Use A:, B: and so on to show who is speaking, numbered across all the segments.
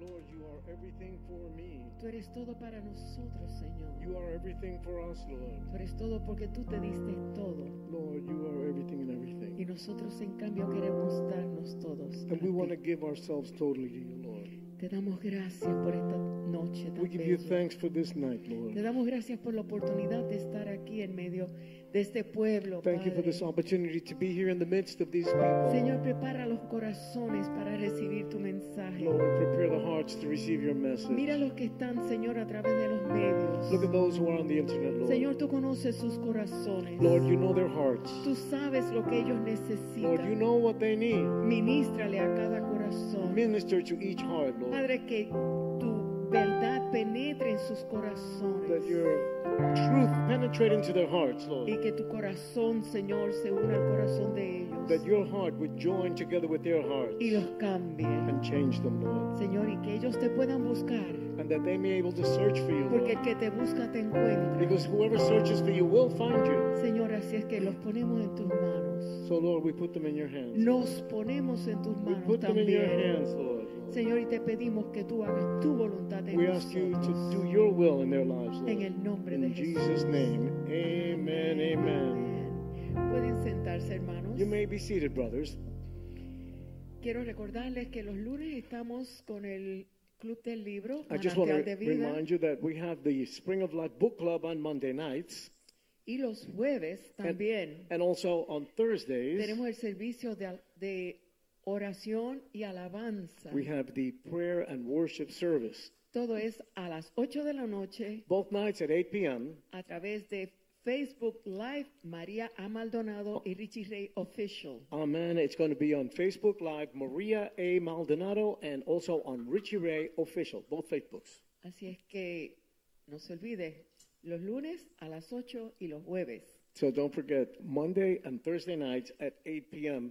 A: Lord, you are everything for me.
B: Tú eres todo para nosotros, Señor.
A: You are everything for us, Lord.
B: Tú eres todo porque tú te diste todo.
A: Lord, you are everything and
B: Y
A: everything.
B: nosotros, en cambio, queremos darnos todos.
A: And we
B: para
A: want to
B: ti.
A: give ourselves totally to you, Lord.
B: Te damos gracias por esta noche tan
A: We give you
B: bella.
A: thanks for this night,
B: Te
A: Lord.
B: damos gracias por la oportunidad de estar aquí en medio de este pueblo.
A: Thank you for
B: Padre.
A: this opportunity to be here in the midst of these people.
B: Señor, prepara los corazones para recibir tu mensaje.
A: Lord, prepare the hearts to receive your
B: Mira
A: message.
B: los que están, Señor, a través de los medios.
A: Look at those who are on the internet, Lord.
B: Señor, tú conoces sus corazones.
A: Lord, you know their hearts.
B: tú sabes lo que ellos
A: Lord, you
B: necesitan.
A: know what they need.
B: Ministrale a cada corazón.
A: Minister to each heart, Lord.
B: Padre, que tu verdad penetre en sus
A: That
B: corazones.
A: your truth penetrate into their hearts,
B: Y
A: Lord.
B: que tu corazón, Señor, se una al corazón de
A: That
B: ellos.
A: your heart would join together with their hearts
B: Y los cambie.
A: and change them, Lord.
B: Señor, y que ellos te puedan buscar.
A: and that they may be able to search for you,
B: Porque el
A: Lord.
B: que te busca te encuentra.
A: Because whoever searches for you will find you.
B: Señor, así es que los ponemos en tus manos.
A: So, Lord, we put them in your hands.
B: Nos ponemos en tus
A: We
B: manos
A: put them in your
B: también.
A: hands, Lord.
B: Señor, y te pedimos que tú hagas tu voluntad en
A: We ask you to do
B: nosotros.
A: your will in their lives, Lord.
B: En el nombre de
A: In Jesus'
B: Jesús.
A: name, amen, amen.
B: Amén. Pueden sentarse, hermanos.
A: You may be seated, brothers.
B: Quiero recordarles que los lunes estamos con el Club del Libro,
A: I just want
B: Manantial de
A: to
B: Vida,
A: remind you that we have the Spring of Life Book Club on Monday nights,
B: y los jueves
A: and,
B: también
A: and also on Thursdays,
B: tenemos el servicio de, al- de oración y alabanza.
A: we have the prayer and worship service.
B: Todo es a las 8 de la noche
A: Both nights at 8 p.m.
B: a través de Facebook Live María A. Maldonado y Richie Rey Official.
A: Amen. It's going to be on Facebook Live, Maria A. Maldonado, and also on Richie Ray Official, both Facebooks.
B: Así es que no se olvide, los lunes a las 8 y los jueves.
A: So don't forget, Monday and Thursday nights at 8 p.m.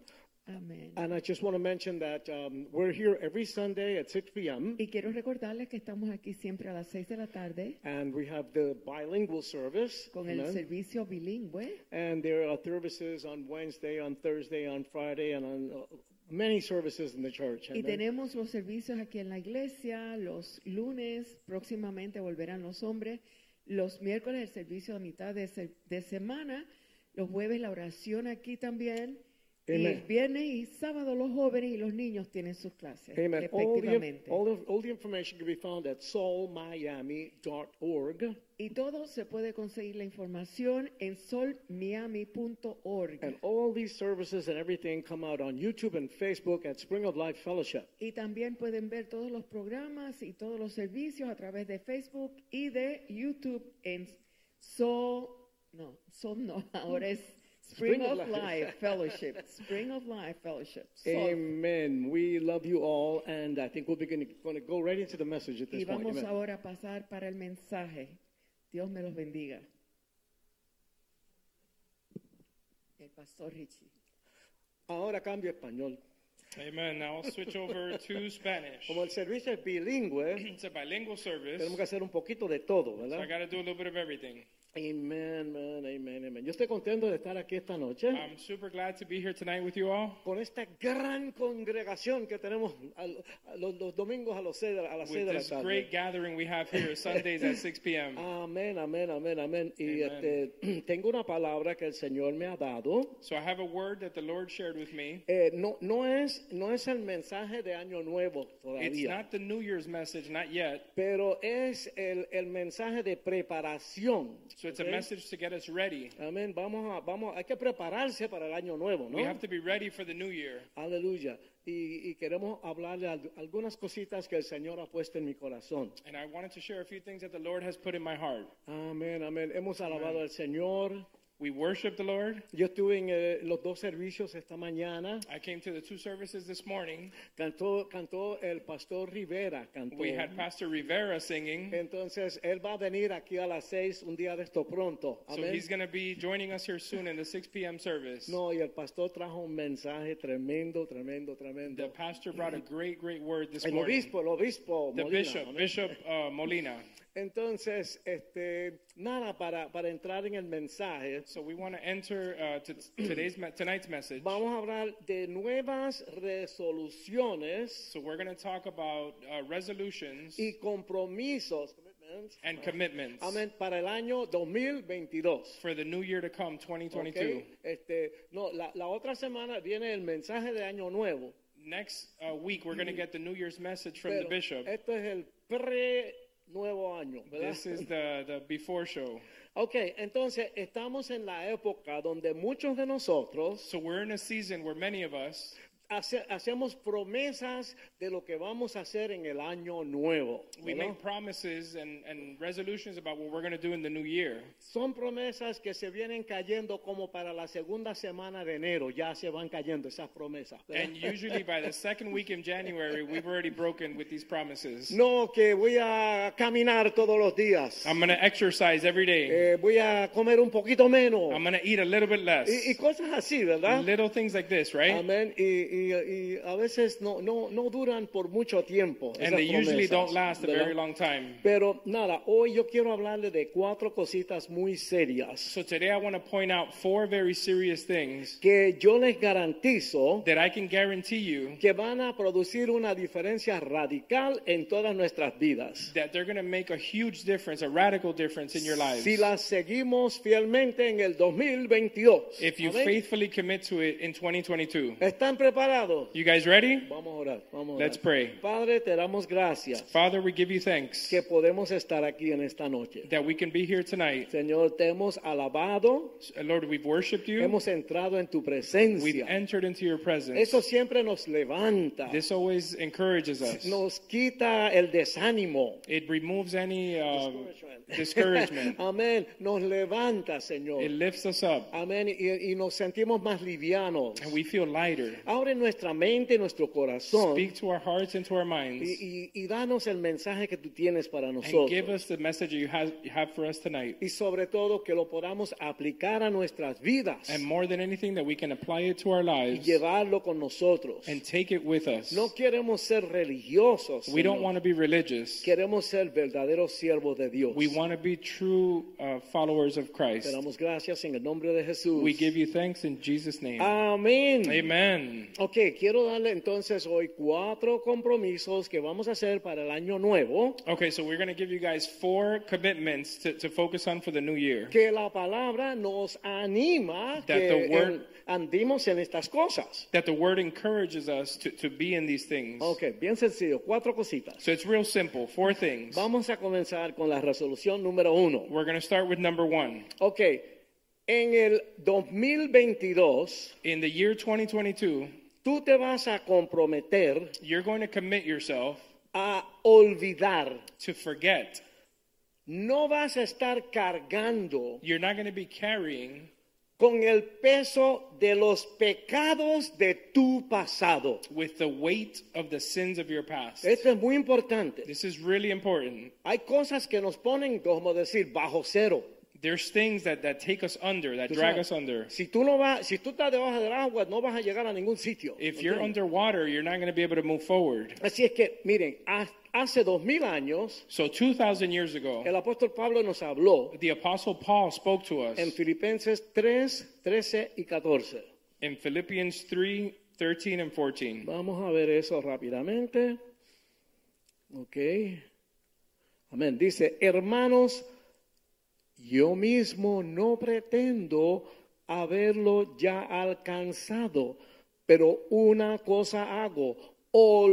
B: Amén.
A: And I just want to mention that um, we're here every Sunday at 6 p.m.,
B: Y quiero recordarles que estamos aquí siempre a las 6 de la tarde.
A: and we have the bilingual service.
B: con el
A: Amen.
B: servicio bilingüe
A: And there are services on Wednesday, on Thursday, on Friday, and on uh, many services in the church.
B: y
A: Amen.
B: tenemos los servicios aquí en la iglesia los lunes, próximamente volverán los hombres, los miércoles el servicio a mitad de, se- de semana, los jueves la oración aquí también. Y
A: Amen.
B: el viernes y sábado los jóvenes y los niños tienen sus clases,
A: Amen. All the,
B: respectivamente.
A: all, the, all the information can be found at soulmiami.org.
B: y todo se puede conseguir la información en solmiami.org.
A: And all these services and everything come out on YouTube and Facebook at Spring of Life Fellowship.
B: Y también pueden ver todos los programas y todos los servicios a través de Facebook y de YouTube en So no, So no, ahora es Spring,
A: Spring of
B: of
A: Life.
B: Life Fellowship, Spring of Life Fellowship. So,
A: Eh, Amen. We love you all, and I think we're going to go right into the message at
B: y
A: this point.
B: vamos
A: Amen.
B: ahora a pasar para el mensaje. Dios me los bendiga. El pastor Richie.
A: Ahora cambio español.
C: Amen. Now I'll switch over to Spanish.
A: Como el servicio es bilingüe,
C: It's a bilingual service,
A: tenemos que hacer un poquito de todo,
C: so I
A: ¿verdad?
C: got to do a little bit of everything.
A: Amen, man, amen, amen. Yo estoy contento de estar aquí esta noche
C: I'm super glad to be here tonight with you all,
A: con esta gran congregación que tenemos al- a los, los domingos a, los seis de la- a las seis
C: with
A: de la
C: this
A: tarde. Ah.
C: great gathering we have here Sundays at 6 p.m.
A: Amén, amén, amén, amén. Y
C: Amen.
A: este, tengo una palabra que el Señor me ha dado.
C: So I have a word that the Lord shared with me.
A: Eh, no, no, es, no es el mensaje de Año Nuevo
C: It's
A: todavía,
C: not the New Year's message, not yet.
A: pero es el, el mensaje de preparación.
C: So it's
A: ¿ok?
C: a message to get us ready.
A: Amén. Vamos a, vamos, hay que prepararse para el Año Nuevo, ¿no?
C: We have to be ready for the New Year.
A: Aleluya. Y, y queremos hablarle al- algunas cositas que el Señor ha puesto en mi corazón.
C: And I wanted to share a few things that the Lord has put in my heart.
A: Amén, amén. Hemos alabado al Señor.
C: We worship the Lord.
A: Yo estuve en eh, los dos servicios esta mañana.
C: I came to the two services this morning.
A: Cantó, cantó el pastor Rivera. Cantó.
C: We had Pastor Rivera singing.
A: Entonces él va a venir aquí a las seis un día de esto pronto.
C: So
A: Amén.
C: he's going to be joining us here soon in the 6 p.m. service.
A: No, y el pastor trajo un mensaje tremendo, tremendo,
C: The
A: tremendo.
C: pastor brought a great, great word this
A: El
C: morning.
A: obispo, el obispo.
C: The
A: Molina,
C: bishop,
A: amén.
C: Bishop uh, Molina.
A: Entonces, este, nada, para, para entrar en el mensaje,
C: So we want to enter uh, to today's me- tonight's message.
A: vamos a hablar de nuevas resoluciones
C: So we're going to talk about uh, resolutions
A: y compromisos commitments,
C: and commitments
A: amén, para el año 2022.
C: for the new year to come, 2022.
A: ¿ok? Este, no, la, la otra semana viene el mensaje de Año Nuevo.
C: Next uh, week, we're going to get the New Year's message from the
A: Pero
C: bishop.
A: esto es el pre-nuevo año, ¿verdad?
C: This is the, the before show.
A: Ok, entonces estamos en la época donde muchos de nosotros
C: So we're in a season where many of us
A: hace- hacemos promesas de lo que vamos a hacer en el año nuevo.
C: we
A: ¿verdad?
C: make promises and, and resolutions about what we're going to do in the new year.
A: Son promesas que se vienen cayendo como para la segunda semana de enero, ya se van cayendo esas promesas. ¿verdad?
C: And usually by the second week in January, we've already broken with these promises.
A: No, que voy a caminar todos los días.
C: I'm going to exercise every day.
A: Eh, voy a comer un poquito menos.
C: I'm going to eat a little bit less.
A: Y, y cosas así, ¿verdad?
C: Little things like this, right?
A: Amén. Y, y- y a veces no, no, no duran por mucho tiempo. esas
C: And they usually
A: promesas,
C: don't last a
A: ¿verdad?
C: very long time.
A: Pero nada, hoy yo quiero hablarle de cuatro cositas muy serias
C: So today I want to point out four very serious things
A: que yo les garantizo
C: that I can guarantee you
A: que van a producir una diferencia radical en todas nuestras vidas.
C: that they're going to make a huge difference, a radical difference in your lives.
A: Si las seguimos fielmente en el 2022.
C: If you
A: Amén.
C: faithfully commit to it in 2022.
A: ¿Están preparados?
C: You guys ready?
A: Vamos a orar. Vamos a orar.
C: Let's pray.
A: Padre, te damos gracias
C: Father, we give you thanks
A: que podemos estar aquí en esta noche.
C: that we can be here tonight.
A: Señor, te hemos alabado,
C: Lord, we've worshiped you.
A: hemos entrado en tu
C: We've
A: presencia.
C: entered into your presence.
A: Eso siempre nos levanta,
C: This always encourages us.
A: nos quita el desánimo.
C: It removes any um, discouragement.
A: Amén, nos levanta, Señor.
C: It lifts us up
A: Amén, y, y nos sentimos más livianos.
C: and we feel lighter.
A: Abre nuestra mente, nuestro corazón y,
C: Speak to our hearts and to our minds.
A: Oh. y- y danos el mensaje que tú tienes para
C: And give
A: nosotros.
C: us the message you have, you have for us tonight.
A: Y sobre todo que lo podamos aplicar a nuestras vidas
C: And more than anything, that we can apply it to our
A: y
C: lives
A: llevarlo con nosotros.
C: and take it with us.
A: No queremos ser religiosos.
C: We don't
A: Señor.
C: want to be religious.
A: Queremos ser verdaderos siervos de Dios.
C: We want to be true uh, followers of
A: Te
C: Christ.
A: damos gracias en el nombre de Jesús.
C: We give you thanks in Jesus' name.
A: Amén.
C: Amen.
A: Ok, quiero darle entonces hoy cuatro compromisos que vamos a hacer para el año nuevo.
C: Okay, so we're going to give you guys four commitments to, to focus on for the new year.
A: Que la palabra nos anima
C: That
A: que
C: the word-
A: en- andemos en estas cosas.
C: That the word encourages us to, to be in these things.
A: Ok, bien sencillo, cuatro cositas.
C: So it's real simple. Four things.
A: Vamos a comenzar con la resolución número uno.
C: We're going to start with number one.
A: Ok, en el 2022
C: In the year 2022,
A: tú te vas a comprometer
C: you're going to commit yourself
A: a olvidar
C: to forget.
A: no vas a estar cargando
C: You're not going to be carrying
A: con el peso de los pecados de tu pasado.
C: with the weight of the sins of your past.
A: Esto es muy importante.
C: This is really important.
A: Hay cosas que nos ponen, como decir, bajo cero.
C: There's things that, that take us under, that
A: Tú
C: drag
A: sabes,
C: us under.
A: Si tú no vas, si tú estás debajo del agua, no vas a llegar a ningún sitio.
C: If you're
A: ¿entiendes?
C: underwater, you're not going to be able to move forward.
A: Así es que, miren, ha- hace dos mil años
C: So 2,000 years ago,
A: el apóstol Pablo nos habló
C: the Apostle Paul spoke to us
A: en Filipenses 3, 13 y 14.
C: in Philippians 3 13 and 14.
A: Vamos a ver eso rápidamente. Ok. Amén. Dice, hermanos, yo mismo no pretendo haberlo ya alcanzado, pero una cosa hago,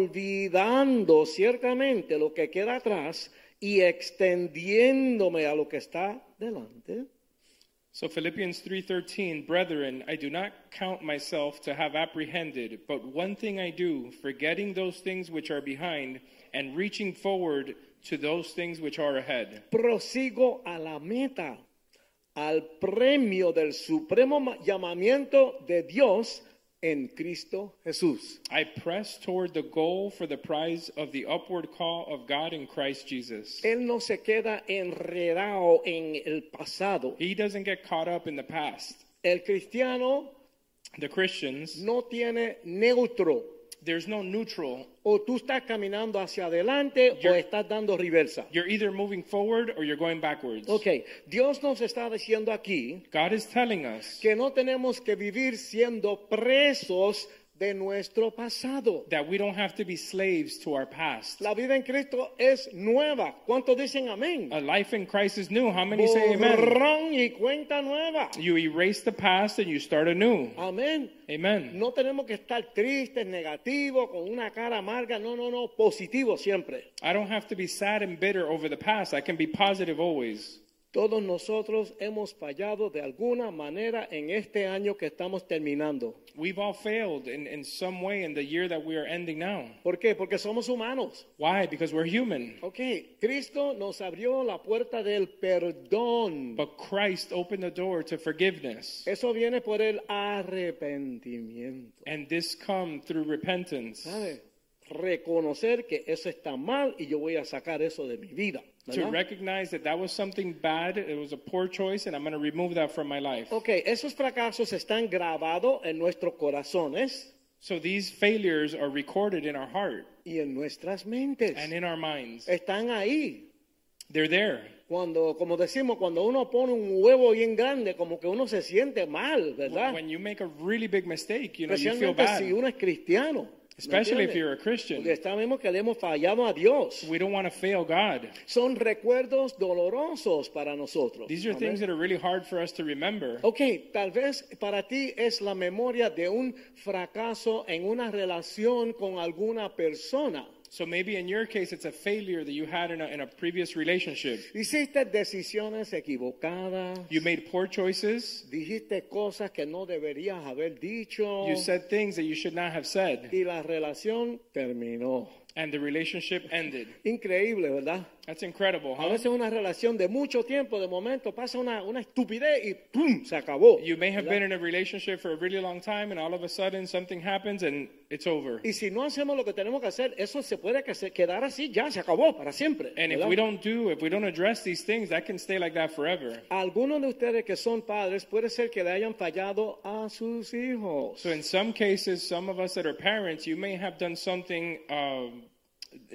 A: olvidando ciertamente lo que queda atrás y extendiéndome a lo que está delante.
C: So Philippians 3:13, brethren, I do not count myself to have apprehended, but one thing I do, forgetting those things which are behind and reaching forward to those things which are ahead.
A: prosigo a la meta, al premio del supremo ma- llamamiento de Dios en Cristo Jesús.
C: I press toward the goal for the prize of the upward call of God in Christ Jesus.
A: Él no se queda enredado en el pasado.
C: He doesn't get caught up in the past.
A: El cristiano
C: The Christians,
A: no tiene neutro.
C: there's no neutral.
A: O tú estás caminando hacia adelante o
C: You're-
A: estás dando reversa.
C: You're either moving forward or you're going backwards.
A: Ok, Dios nos está diciendo aquí
C: God is telling us
A: que no tenemos que vivir siendo presos de nuestro pasado.
C: that we don't have to be slaves to our past.
A: La vida en Cristo es nueva. ¿Cuántos dicen amén?
C: A life in Christ is new. How many say amen?
A: Borrón y cuenta nueva.
C: You erase the past and you start anew.
A: Amén.
C: Amen.
A: No tenemos que estar tristes, negativos, con una cara amarga. No, no, no. Positivo siempre.
C: I don't have to be sad and bitter over the past. I can be positive always.
A: Todos nosotros hemos fallado de alguna manera en este año que estamos terminando.
C: We've all failed in, in some way in the year that we are ending now.
A: ¿Por qué? Porque somos humanos.
C: Why? Because we're human.
A: Ok, Cristo nos abrió la puerta del perdón.
C: But Christ opened the door to forgiveness.
A: Eso viene por el arrepentimiento.
C: And this come through repentance.
A: ¿Sabe? Reconocer que eso está mal y yo voy a sacar eso de mi vida.
C: To
A: ¿verdad?
C: recognize that that was something bad, it was a poor choice, and I'm going to remove that from my life.
A: Ok, esos fracasos están grabados en nuestros corazones
C: So these failures are recorded in our heart
A: y en nuestras mentes.
C: and in our minds.
A: Están ahí.
C: They're there.
A: Cuando, como decimos, cuando uno pone un huevo bien grande, como que uno se siente mal, ¿verdad?
C: When you make a really big mistake, you know, you feel
A: Especialmente
C: bad.
A: si uno es cristiano. ¿me
C: Especially if
A: entiendes?
C: you're a Christian.
A: Porque sabemos que le hemos fallado a Dios.
C: We don't want to fail God.
A: Son recuerdos dolorosos para nosotros.
C: These are
A: Amén. Oh.
C: things that are really hard for us to remember.
A: Ok, tal vez para ti es la memoria de un fracaso en una relación con alguna persona.
C: So maybe in your case, it's a failure that you had in a, in a previous relationship.
A: Hiciste decisiones equivocadas,
C: You made poor choices.
A: dijiste cosas que no deberías haber dicho
C: You said things that you should not have said.
A: y la relación terminó.
C: And the relationship ended.
A: Increíble, ¿verdad?
C: That's incredible,
A: A
C: huh?
A: veces una relación de mucho tiempo, de momento pasa una, una estupidez y ¡pum! se acabó.
C: You may have
A: ¿verdad?
C: been in a relationship for a really long time, and all of a sudden something happens and it's over.
A: Y si no hacemos lo que tenemos que hacer, eso se puede que se- quedar así, ya se acabó para siempre.
C: And if
A: ¿verdad?
C: we don't do, if we don't address these things, that can stay like that forever.
A: Algunos de ustedes que son padres puede ser que le hayan fallado a sus hijos.
C: So in some cases, some of us that are parents, you may have done something um,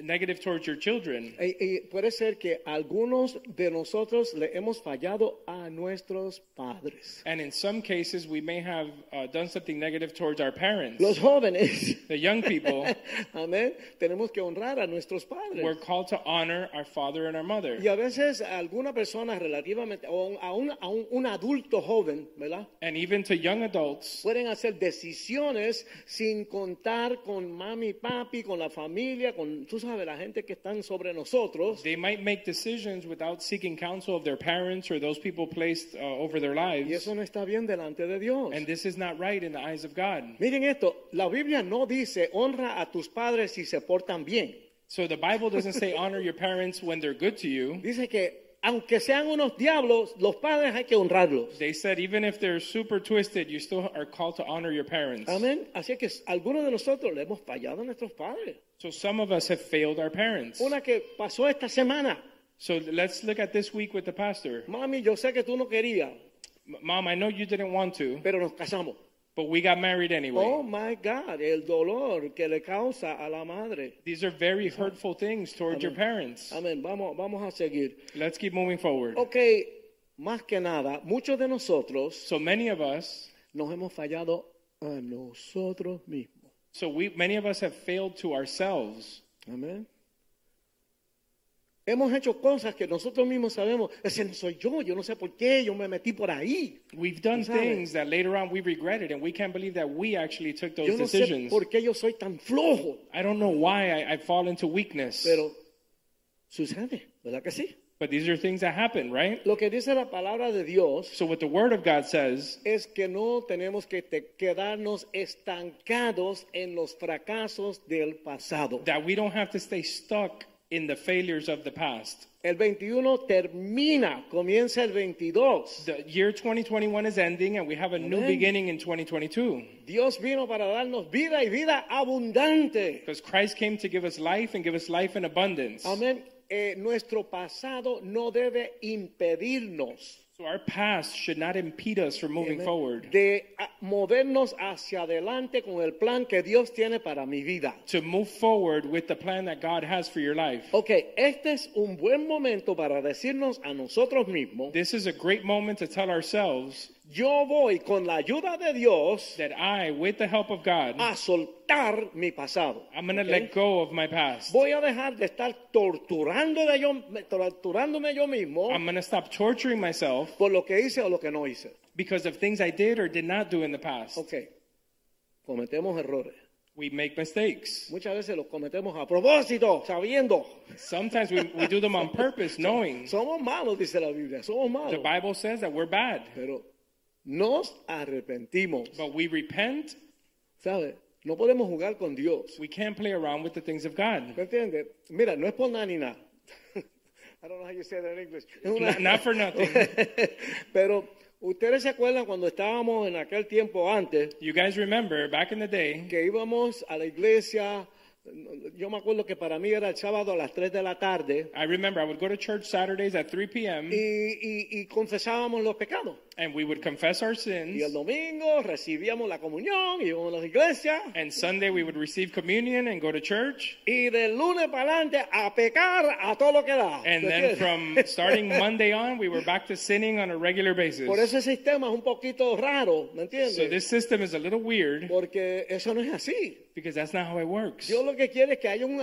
C: negative towards your children.
A: Y- y puede ser que algunos de nosotros le hemos fallado a nuestros padres.
C: And in some cases, we may have uh, done something negative towards our parents.
A: Los jóvenes,
C: The young people
A: amén, tenemos que honrar a nuestros padres.
C: were called to honor our father and our mother.
A: Y a veces alguna persona relativamente, o a un, a un- un adulto joven, ¿verdad?
C: And even to young adults,
A: Pueden hacer decisiones sin contar con mami, papi, con la familia, con, tú sabes, la gente que están sobre nosotros.
C: they might make decisions without seeking counsel of their parents or those people placed uh, over their lives.
A: Y eso no está bien delante de Dios.
C: And this is not right in the eyes of God.
A: Miren esto, la Biblia no dice honra a tus padres si se portan bien.
C: So the Bible doesn't say honor your parents when they're good to you.
A: Dice que aunque sean unos diablos, los padres hay que honrarlos.
C: They said even if they're super twisted, you still are called to honor your parents.
A: Amén. Así que algunos de nosotros le hemos fallado a nuestros padres.
C: So some of us have failed our parents.
A: Una que pasó esta semana.
C: So let's look at this week with the pastor.
A: Mami, yo sé que tú no querías,
C: M- Mom, I know you didn't want to,
A: pero nos casamos.
C: but we got married
A: Oh
C: anyway.
A: my God, el dolor que le causa a la madre.
C: These are very hurtful things towards your parents.
A: Amén. Vamos, vamos a seguir.
C: Let's keep moving forward.
A: Ok, más que nada, muchos de nosotros
C: So many of us,
A: nos hemos fallado a nosotros mismos.
C: so we many of us have failed to ourselves.
A: Amén. Hemos hecho cosas que nosotros mismos sabemos. Ese no soy yo, yo no sé por qué, yo me metí por ahí.
C: We've done
A: Tú sabes.
C: things that later on we regretted, and we can't believe that we actually took those
A: Yo no sé
C: decisions.
A: por qué yo soy tan flojo.
C: I don't know why I, I fall into weakness,
A: Pero sucede, ¿verdad que sí?
C: but these are things that happen, right?
A: Lo que dice la palabra de Dios
C: So what the Word of God says
A: es que no tenemos que te- quedarnos estancados en los fracasos del pasado.
C: that we don't have to stay stuck in the failures of the past.
A: El 21 termina, comienza el 22.
C: The year 2021 is ending and we have a new
A: Amen.
C: beginning in 2022
A: Dios vino para darnos vida y vida abundante.
C: because Christ came to give us life and give us life in abundance.
A: Amén. Eh, nuestro pasado no debe impedirnos
C: So our past should not impede us from moving forward.
A: de ah, movernos hacia adelante con el plan que Dios tiene para mi vida.
C: to move forward with the plan that God has for your life.
A: Ok, este es un buen momento para decirnos a nosotros mismos,
C: This is a great moment to tell ourselves
A: yo voy con la ayuda de Dios
C: that I, with the help of God,
A: a soltar mi pasado.
C: I'm going to
A: Ok.
C: let go of my past.
A: Voy a dejar de estar torturando de yo- torturándome yo mismo
C: I'm going to stop torturing myself
A: por lo que hice o lo que no hice.
C: because of things I did or did not do in the past.
A: Ok, cometemos errores.
C: We make mistakes.
A: Muchas veces los cometemos a propósito, sabiendo.
C: Sometimes we, we do them on purpose, knowing
A: Somos malos, dice la Biblia, somos
C: the
A: malos.
C: Bible says that we're bad,
A: Pero nos arrepentimos.
C: but we repent.
A: ¿Sabes? No podemos jugar con Dios.
C: We can't play around with the things of God.
A: ¿Me entiendes? Mira, no es por nada ni nada. I don't know how you say that in English. Es
C: Not- not for nothing.
A: Pero ustedes se acuerdan cuando estábamos en aquel tiempo antes,
C: You guys remember back in the day,
A: que íbamos a la iglesia. Yo me acuerdo que para mí era el sábado a las 3 de la tarde
C: I remember I would go to church Saturdays at 3 p.m.
A: y, y- y confesábamos los pecados.
C: and we would confess our sins.
A: Y el domingo recibíamos la comunión, íbamos a la iglesia.
C: And Sunday we would receive communion and go to church.
A: Y del lunes para adelante a pecar a todo lo que da.
C: And then from starting Monday on, we were back to sinning on a regular basis.
A: Por ese sistema es un poquito raro, ¿me entiendes?
C: So this system is a little weird
A: Porque eso no es así.
C: because that's not how it works.
A: Dios lo que quiere es que haya un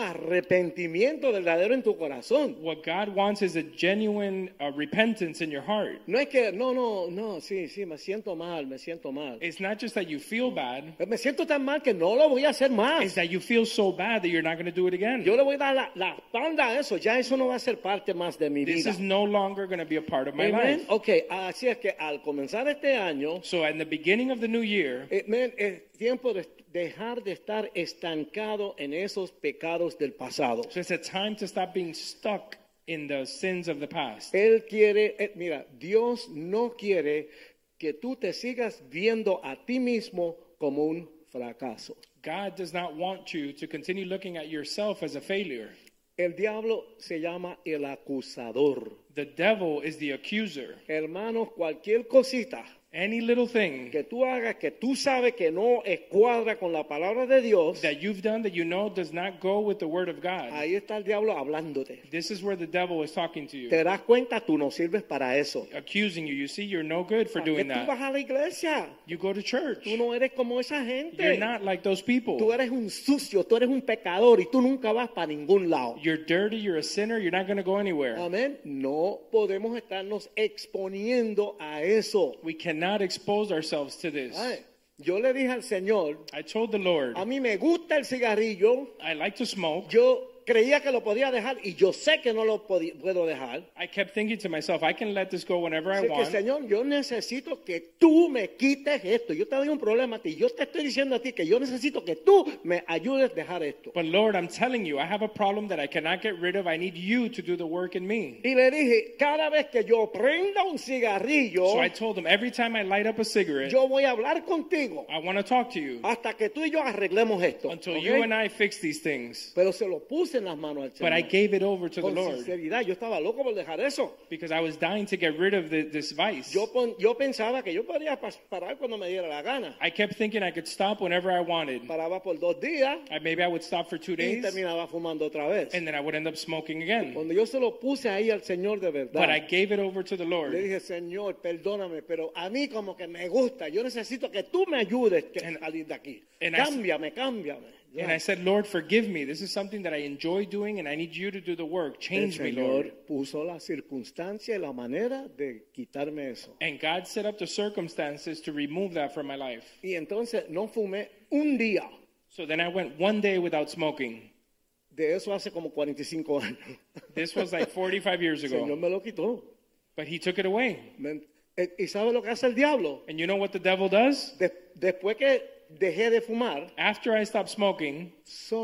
A: arrepentimiento verdadero en tu corazón.
C: What God wants is a genuine uh, repentance in your heart.
A: No es que, no, no, no, sí, sí, me siento mal, me siento mal.
C: It's not just that you feel bad,
A: Me siento tan mal que no lo voy a hacer
C: it's
A: más.
C: that you feel so bad that you're not going to do it again.
A: Yo le voy a dar la, la espalda a eso. Ya eso no va a ser parte más de mi
C: This
A: vida.
C: is no longer going to be a part of my
A: Amen. Oh.
C: life.
A: Ok, así es que al comenzar este año,
C: So at the beginning of the new year,
A: eh, men, es tiempo de dejar de estar estancado en esos pecados del pasado.
C: so it's a time to stop being stuck in the sins of the past.
A: Él quiere, eh, mira, Dios no quiere que tú te sigas viendo a ti mismo como un fracaso.
C: God does not want you to continue looking at yourself as a failure.
A: El diablo se llama el acusador.
C: The devil is the accuser.
A: Hermanos, cualquier cosita
C: Any little thing
A: que tú hagas que tú sabes que no escuadra con la palabra de Dios,
C: that you've done that you know does not go with the word of God,
A: ahí está el diablo hablándote.
C: this is where the devil is talking to you,
A: Te das cuenta, tú no sirves para eso.
C: accusing you. You see, you're no good for
A: ¿Para qué
C: doing
A: Ah, tú vas
C: that.
A: a la iglesia?
C: You go to church.
A: Tú no eres como esa gente.
C: You're not like those
A: Tú
C: people.
A: eres un sucio, tú eres un pecador y tú nunca vas para ningún lado.
C: You're dirty. You're a sinner. You're not going to go anywhere.
A: Amén. No podemos estarnos exponiendo a eso.
C: We cannot expose ourselves to this.
A: Ay, yo le dije al Señor,
C: I told the Lord,
A: a mí me gusta el cigarrillo,
C: I like to smoke.
A: yo creía que lo podía dejar y yo sé que no lo podi- puedo dejar.
C: I kept thinking to myself, I can let this go whenever I
A: Así que,
C: want.
A: Señor, yo necesito que tú me quites esto. Yo te doy un problema a ti. Yo te estoy diciendo a ti que yo necesito que tú me ayudes a dejar esto.
C: But Lord, I'm telling you, I have a problem that I cannot get rid of. I need you to do the work in me.
A: Y le dije, cada vez que yo prenda un cigarrillo,
C: So I told him, every time I light up a cigarette,
A: yo voy a hablar contigo
C: I want to talk to you
A: hasta que tú y yo arreglemos esto.
C: until
A: ¿ok?
C: you and I fix these things.
A: Pero se lo puse en las manos al
C: But I
A: Señor.
C: gave it over to the
A: Con
C: Lord
A: sinceridad, yo estaba loco por dejar eso.
C: because I was dying to get rid of the, this vice.
A: Yo, pon- yo pensaba que yo podía pas- parar cuando me diera la gana.
C: I kept thinking I could stop whenever I wanted.
A: Paraba por dos días
C: I, maybe I would stop for two
A: y
C: days
A: terminaba fumando otra vez.
C: and then I would end up smoking again.
A: Cuando yo se lo puse ahí al Señor de
C: But I
A: verdad,
C: gave it over to the
A: le
C: Lord.
A: dije, Señor, perdóname, pero a mí como que me gusta. Yo necesito que tú me ayudes que
C: And-
A: salir de aquí.
C: and I-
A: Cámbiame, cámbiame. Ya.
C: And I said, Lord, forgive me. This is something that I enjoy doing and I need you to do the work.
A: El
C: Change me, Lord.
A: Señor puso la circunstancia y la manera de quitarme eso.
C: And God set up the circumstances to remove that from my life.
A: Y entonces no fumé un día.
C: So then I went one day without smoking.
A: De eso hace como 45 años.
C: This was like 45 years
A: El Señor
C: ago.
A: me lo quitó.
C: But he took it away.
A: Me- eh, ¿Y sabe lo que hace el diablo?
C: And you know what the devil does?
A: De- después que dejé de fumar,
C: After I stopped smoking,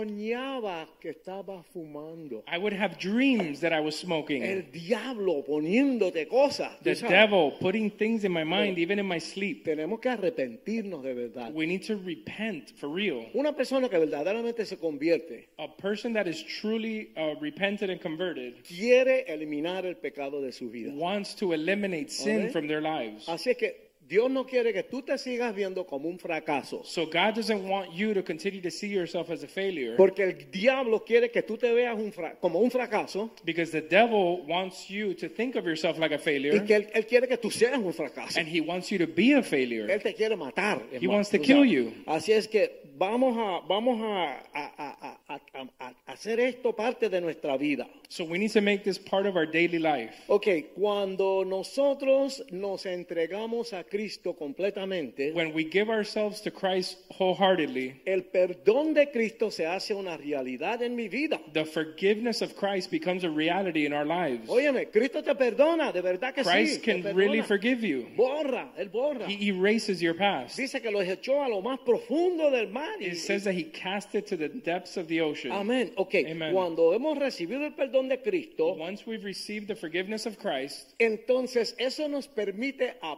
A: soñaba que estaba fumando.
C: I would have dreams that I was smoking.
A: El diablo poniéndote cosas. tú
C: The
A: sabes.
C: devil putting things in my mind, even in my sleep.
A: Tenemos que arrepentirnos de verdad.
C: We need to repent for real.
A: Una persona que verdaderamente se convierte
C: A person that is truly uh, repented and converted
A: quiere eliminar el pecado de su vida.
C: wants to eliminate sin
A: Amen.
C: from their lives.
A: Así es que Dios no quiere que tú te sigas viendo como un fracaso.
C: So God doesn't want you to continue to see yourself as a failure
A: Porque el diablo quiere que tú te veas un fra- como un fracaso
C: because the devil wants you to think of yourself like a
A: y
C: failure
A: que él, él quiere que tú seas un fracaso.
C: and he wants you to be a failure.
A: Él te quiere matar.
C: He
A: hermano,
C: wants to
A: tú
C: kill
A: sabes.
C: you.
A: Así es que vamos a vamos a, a- a- a- a- a- a hacer esto parte de nuestra vida.
C: So we need to make this part of our daily life.
A: Ok, cuando nosotros nos entregamos a Cristo completamente,
C: When we give ourselves to Christ wholeheartedly,
A: el perdón de Cristo se hace una realidad en mi vida.
C: the forgiveness of Christ becomes a reality in our lives.
A: Óyeme, Cristo te perdona, de verdad que sí.
C: Christ
A: te
C: can
A: perdona.
C: really forgive you.
A: Borra, él borra.
C: He erases your past.
A: Dice que los echó a lo más profundo del mar. y-
C: It says that he cast it to the depths of the ocean.
A: Amén. Ok,
C: Amen.
A: cuando hemos recibido el perdón de Cristo,
C: Once we've received the forgiveness of Christ,
A: entonces eso nos permite a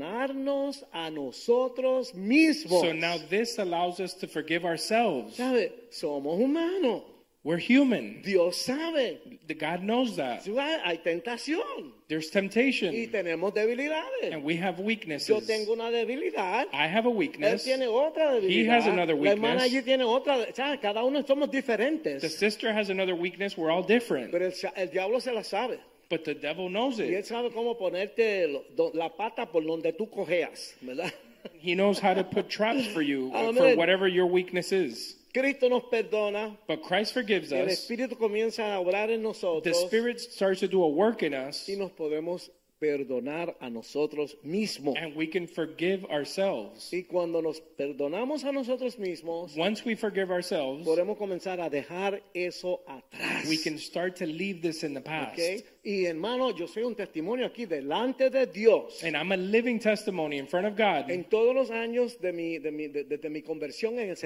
A: perdonarnos a nosotros mismos.
C: so now this allows us to forgive ourselves.
A: ¿Sabe? Somos humanos.
C: We're human.
A: Dios sabe.
C: The God knows that.
A: ¿Sabe? Hay tentación
C: There's
A: y
C: temptation,
A: tenemos debilidades.
C: Mm. and we have
A: Yo
C: weaknesses.
A: tengo una debilidad.
C: I have a
A: Él
C: weakness.
A: tiene otra debilidad.
C: has another
A: La hermana
C: weakness.
A: allí tiene otra. de- ¿Sabes? Cada uno somos
C: The
A: diferentes.
C: sister has another weakness. We're all different,
A: Pero el, sa- el diablo se la sabe.
C: but the devil knows
A: Y él
C: it.
A: sabe cómo ponerte lo- do- la pata por donde tú cojeas, ¿verdad?
C: He knows how to put traps for you uh, for
A: Amen.
C: whatever your weakness is.
A: Cristo nos perdona.
C: But Christ forgives
A: El
C: us.
A: Espíritu comienza a obrar en
C: The
A: nosotros
C: Spirit starts to do a work in us,
A: y nos podemos perdonar a nosotros mismos.
C: and we can forgive ourselves.
A: Y cuando nos perdonamos a nosotros mismos,
C: Once we forgive ourselves,
A: podemos comenzar a dejar eso atrás.
C: we can start to leave this in the past.
A: ¿ok? Y hermano, yo soy un testimonio aquí delante de Dios.
C: And I'm a living testimony in front of God.
A: En todos los años de mi, de mi, de- desde mi conversión en el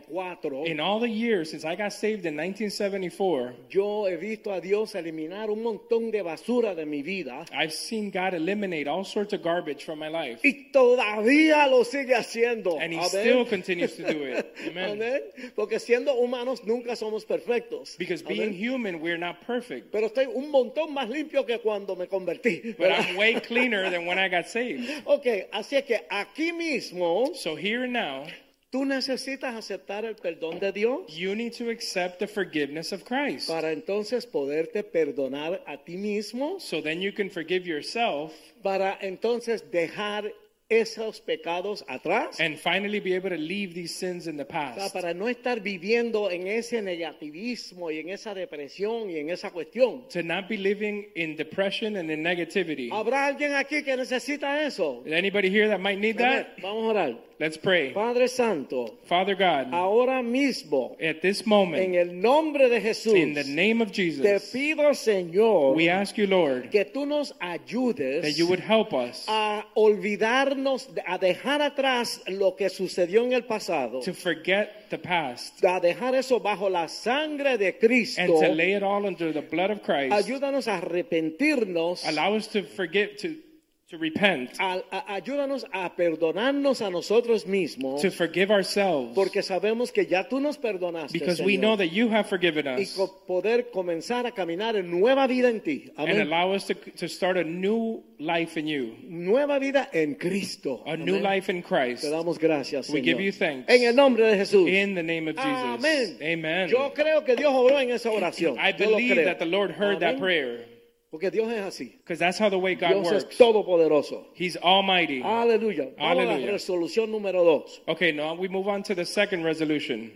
A: 74,
C: in all the years since I got saved in 1974,
A: yo he visto a Dios eliminar un montón de basura de mi vida
C: I've seen God eliminate all sorts of garbage from my life.
A: y todavía lo sigue haciendo.
C: And he
A: Amén.
C: still continues to do it. Amen.
A: Amén. Porque siendo humanos nunca somos perfectos.
C: Because
A: Amén.
C: being human, we're not perfect.
A: Pero estoy un montón más limpio que cuando me convertí.
C: But
A: ¿verdad?
C: I'm way cleaner than when I got saved.
A: Ok, así es que aquí mismo
C: So here and now,
A: tú necesitas aceptar el perdón de Dios
C: you need to accept the forgiveness of Christ.
A: para entonces poderte perdonar a ti mismo.
C: So then you can forgive yourself
A: para entonces dejar esos pecados atrás,
C: and finally be able to leave these sins in the
A: o sea,
C: past.
A: para no estar viviendo en ese negativismo y en esa depresión y en esa cuestión.
C: to not be living in depression and in negativity.
A: ¿Habrá alguien aquí que necesita eso?
C: Is anybody here that might need that?
A: Vamos a orar.
C: Let's pray.
A: Padre Santo,
C: Father God,
A: ahora mismo,
C: at this
A: en
C: moment,
A: el nombre de Jesús,
C: in the name of
A: te
C: Jesus,
A: pido, Señor,
C: we ask you, Lord,
A: que tú nos ayudes
C: that you would help us
A: a olvidarnos, a dejar atrás lo que sucedió en el pasado.
C: to forget the past
A: a dejar eso bajo la sangre de
C: and
A: Cristo.
C: to lay it all under the blood of Christ.
A: Ayúdanos a arrepentirnos.
C: Allow us to forget, to, to repent,
A: a- a- ayúdanos a perdonarnos a nosotros mismos.
C: to forgive ourselves,
A: Porque sabemos que ya tú nos perdonaste.
C: because we
A: Señor.
C: know that you have forgiven
A: y
C: us,
A: co- poder comenzar a caminar en nueva vida en ti.
C: and
A: Amén.
C: allow us to, to start a new life in you,
A: Nueva vida en Cristo.
C: a new
A: Amén.
C: life in Christ.
A: Te damos gracias.
C: We
A: Señor.
C: give you thanks.
A: En el nombre de Jesús.
C: In the name of Jesus.
A: Amén.
C: Amen.
A: Yo creo que Dios obró en esa oración.
C: I
A: Yo lo
C: believe
A: creo.
C: that the Lord heard that
A: Amén.
C: prayer
A: Porque Dios es así.
C: because that's how the way God
A: Dios
C: works.
A: es todopoderoso.
C: He's almighty.
A: Aleluya. Vamos a la
C: Aleluya.
A: resolución número dos.
C: Okay, now we move on to the second resolution.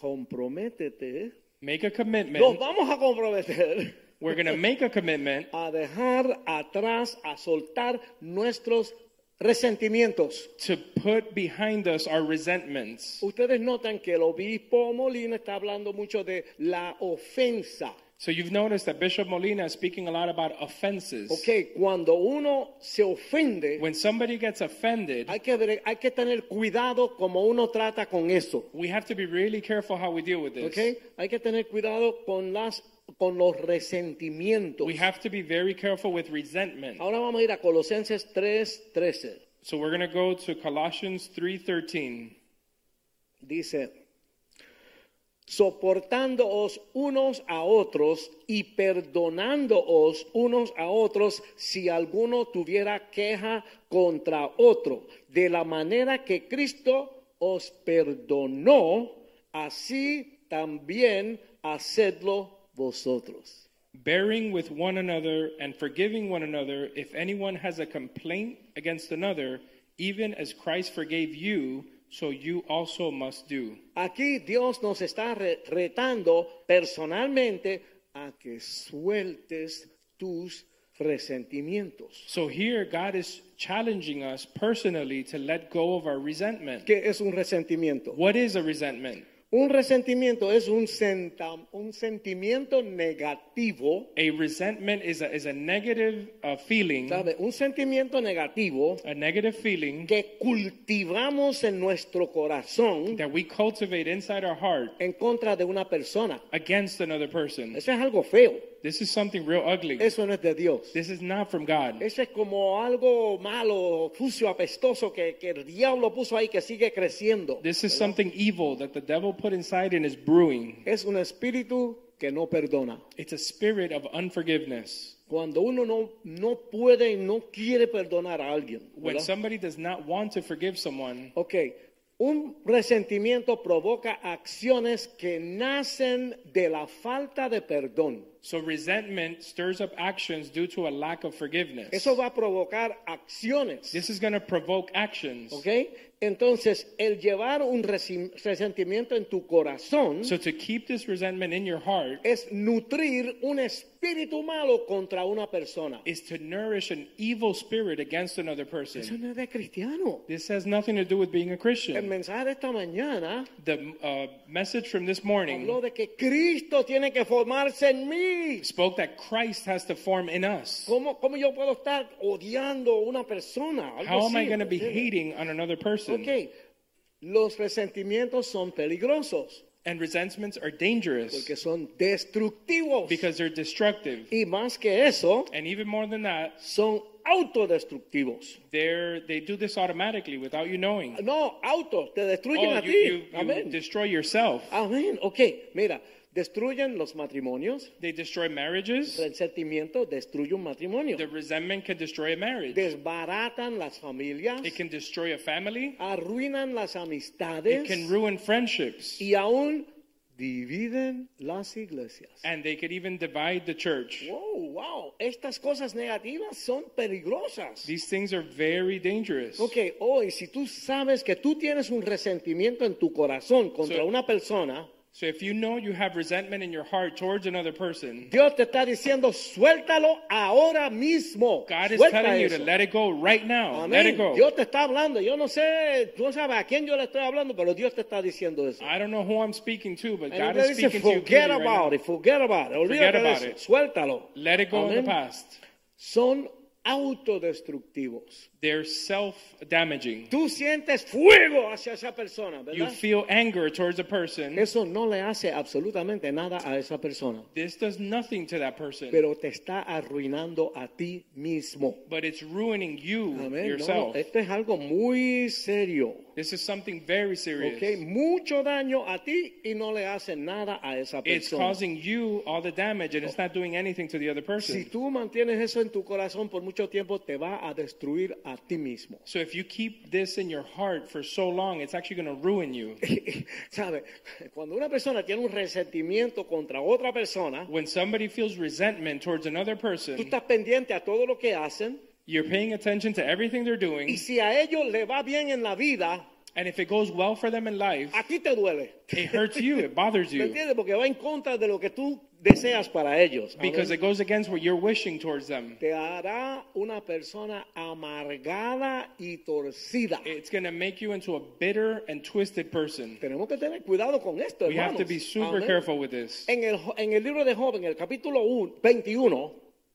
A: Comprométete.
C: Make a
A: Nos
C: commitment.
A: vamos a comprometer
C: We're going to make a commitment
A: a dejar atrás, a soltar nuestros resentimientos.
C: to put behind us our resentments.
A: Ustedes notan que el obispo Molina está hablando mucho de la ofensa.
C: So you've noticed that Bishop Molina is speaking a lot about offenses.
A: Ok, cuando uno se ofende,
C: When somebody gets offended,
A: hay que, ver- hay que tener cuidado como uno trata con eso.
C: we have to be really careful how we deal with this.
A: Ok, hay que tener cuidado con, las, con los resentimientos.
C: We have to be very careful with resentment.
A: Ahora vamos a ir a Colosenses 3:13.
C: So we're going to go to Colossians 3:13.
A: Dice, soportándoos unos a otros y perdonándoos unos a otros si alguno tuviera queja contra otro, de la manera que Cristo os perdonó, así también hacedlo vosotros.
C: bearing with one another and forgiving one another if anyone has a complaint against another, even as Christ forgave you, so you also must do.
A: Aquí Dios nos está re- retando personalmente a que sueltes tus resentimientos.
C: So here God is challenging us personally to let go of our resentment.
A: ¿Qué es un resentimiento?
C: What is a resentment?
A: Un resentimiento es un, senta- un sentimiento negativo,
C: A resentment is a, is a negative uh, feeling,
A: ¿sabe? Un sentimiento negativo
C: a negative feeling
A: que cultivamos en nuestro corazón
C: that we cultivate inside our heart
A: en contra de una persona.
C: against another person.
A: Eso es algo feo.
C: This is something real ugly.
A: Eso no es de Dios.
C: This is not from God.
A: Eso es como algo malo, sucio, apestoso que, que el diablo puso ahí que sigue creciendo.
C: This is something evil that the devil put inside and is brewing.
A: Es un espíritu que no perdona.
C: It's a spirit of unforgiveness.
A: Cuando uno no, no puede y no quiere perdonar a alguien.
C: When
A: ¿verdad?
C: somebody does not want to forgive someone,
A: Ok, un resentimiento provoca acciones que nacen de la falta de perdón.
C: so resentment stirs up actions due to a lack of forgiveness.
A: Eso va a provocar acciones.
C: This is going to provoke actions.
A: Ok, entonces el llevar un resi- resentimiento en tu corazón
C: So to keep this resentment in your heart
A: es nutrir un espíritu malo contra una persona.
C: is to nourish an evil spirit against another
A: Eso
C: person.
A: no es de cristiano.
C: This has nothing to do with being a
A: El
C: Christian.
A: mensaje de esta mañana
C: The uh, message from this morning
A: habló de que Cristo tiene que formarse en mí.
C: spoke that Christ has to form in us.
A: ¿Cómo, cómo yo puedo estar odiando a una persona? Algo
C: How am I
A: así,
C: going to be
A: ¿entiendes?
C: hating on another person?
A: Ok, los resentimientos son peligrosos
C: And resentments are dangerous
A: porque son destructivos.
C: because they're destructive.
A: y más que eso,
C: And even more than that,
A: son autodestructivos.
C: they're, they do this automatically without you knowing.
A: No, auto, te destruyen
C: Oh,
A: a
C: you,
A: ti.
C: you, you
A: Amén.
C: destroy yourself.
A: Amén. Ok, mira, destruyen los matrimonios.
C: They destroy marriages.
A: Resentimiento destruye un matrimonio.
C: The resentment can destroy a marriage.
A: Desbaratan las familias.
C: It can destroy a family.
A: Arruinan las
C: It
A: amistades.
C: can ruin friendships.
A: y aún dividen las iglesias.
C: And they could even divide the church.
A: Wow, wow, estas cosas negativas son peligrosas.
C: These things are very dangerous.
A: Ok, hoy si tú sabes que tú tienes un resentimiento en tu corazón contra
C: So-
A: una persona,
C: So if you know you have resentment in your heart towards another person,
A: Dios te está diciendo, suéltalo ahora mismo.
C: God is
A: Suelta
C: telling you to
A: eso.
C: let it go right now. Let
A: Amén.
C: it go.
A: Dios te está hablando. Yo no sé, tú no sabes a quién yo le estoy hablando, pero Dios te está diciendo eso.
C: I don't know who I'm speaking to, but
A: And
C: God
A: él
C: is
A: te dice,
C: speaking to you.
A: forget
C: clearly right
A: about
C: now.
A: it, forget about it. Olvídate de
C: about
A: eso.
C: it.
A: Suéltalo.
C: Let it go in
A: Amén.
C: the past.
A: son autodestructivos.
C: They're self-damaging.
A: Tú sientes fuego hacia esa persona,
C: You
A: ¿verdad?
C: feel anger towards a person.
A: Eso no le hace absolutamente nada a esa persona,
C: This does nothing to that person,
A: pero te está arruinando a ti mismo.
C: but it's ruining you
A: Amén. No, eh. no,
C: yourself.
A: esto es algo muy serio.
C: This is something very serious.
A: ¿ok? Mucho daño a ti y no le hace nada a esa
C: It's
A: persona.
C: causing you all the damage, and it's not doing anything to the other person.
A: Si tú mantienes eso en tu corazón por mucho tiempo, te va a destruir a ti mismo.
C: So if you keep this in your heart for so long, it's actually going to ruin you.
A: ¿Sabe? Cuando una persona tiene un resentimiento contra otra persona,
C: when somebody feels resentment towards another
A: Tú
C: person,
A: estás pendiente a todo lo que hacen
C: you're paying attention to everything they're doing.
A: y si a ellos le va bien en la vida,
C: And if it goes well for them in life,
A: a ti te duele.
C: it hurts you, it bothers
A: ¿Me
C: you.
A: entiendes? Porque va en contra de lo que tú deseas para ellos. Amén.
C: Because it goes against what you're wishing towards them.
A: Te hará una persona amargada y torcida.
C: It's going to make you into a bitter and twisted person.
A: Tenemos que tener cuidado con esto,
C: We have
A: hermanos.
C: to be super
A: Amén.
C: careful with this.
A: En el, jo- en el libro de Job, en el capítulo un- 21,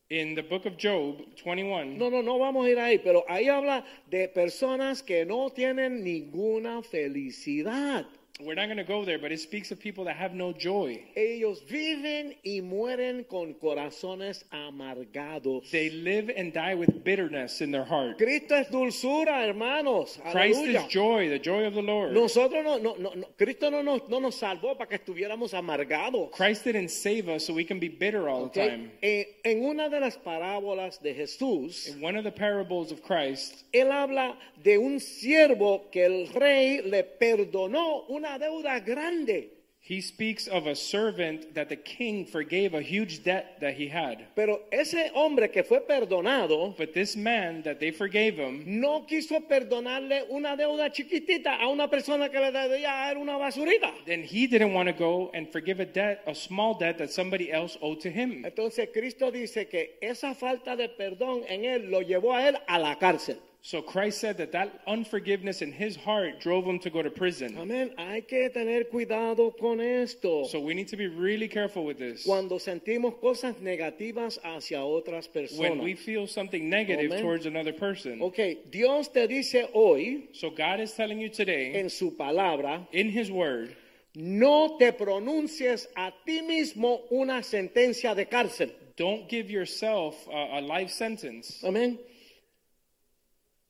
C: In the book of Job 21,
A: no, no, no vamos a ir ahí, pero ahí habla de personas que no tienen ninguna felicidad.
C: we're not going to go there, but it speaks of people that have no joy.
A: Ellos viven y mueren con corazones amargados.
C: They live and die with bitterness in their heart.
A: Cristo es dulzura, hermanos.
C: Christ
A: Aleluya.
C: is joy, the joy of the Lord.
A: Nosotros no, no, no, no- Cristo no nos, no nos salvó para que estuviéramos amargados.
C: Christ didn't save us so we can be bitter all
A: ¿ok?
C: the time.
A: Eh, en una de las parábolas de Jesús,
C: In one of the parables of Christ,
A: Él habla de un siervo que el rey le perdonó una deuda grande,
C: he speaks of a servant that the king forgave a huge debt that he had.
A: pero ese hombre que fue perdonado
C: But this man that they forgave him,
A: no quiso perdonarle una deuda chiquitita a una persona que le debía era una basurita.
C: then he didn't want to go and forgive a debt, a small debt that somebody else owed to him.
A: Entonces Cristo dice que esa falta de perdón en él lo llevó a él a la cárcel.
C: So Christ said that that unforgiveness in his heart drove him to go to prison.
A: Amén, hay que tener cuidado con esto.
C: So we need to be really careful with this.
A: cuando sentimos cosas negativas hacia otras
C: When we
A: personas.
C: feel something negative
A: Amen.
C: towards another person.
A: Ok, Dios te dice hoy
C: So God is telling you today,
A: en su palabra,
C: in his word,
A: no te pronuncies a ti mismo una sentencia de cárcel.
C: don't give yourself a, a life sentence.
A: Amén.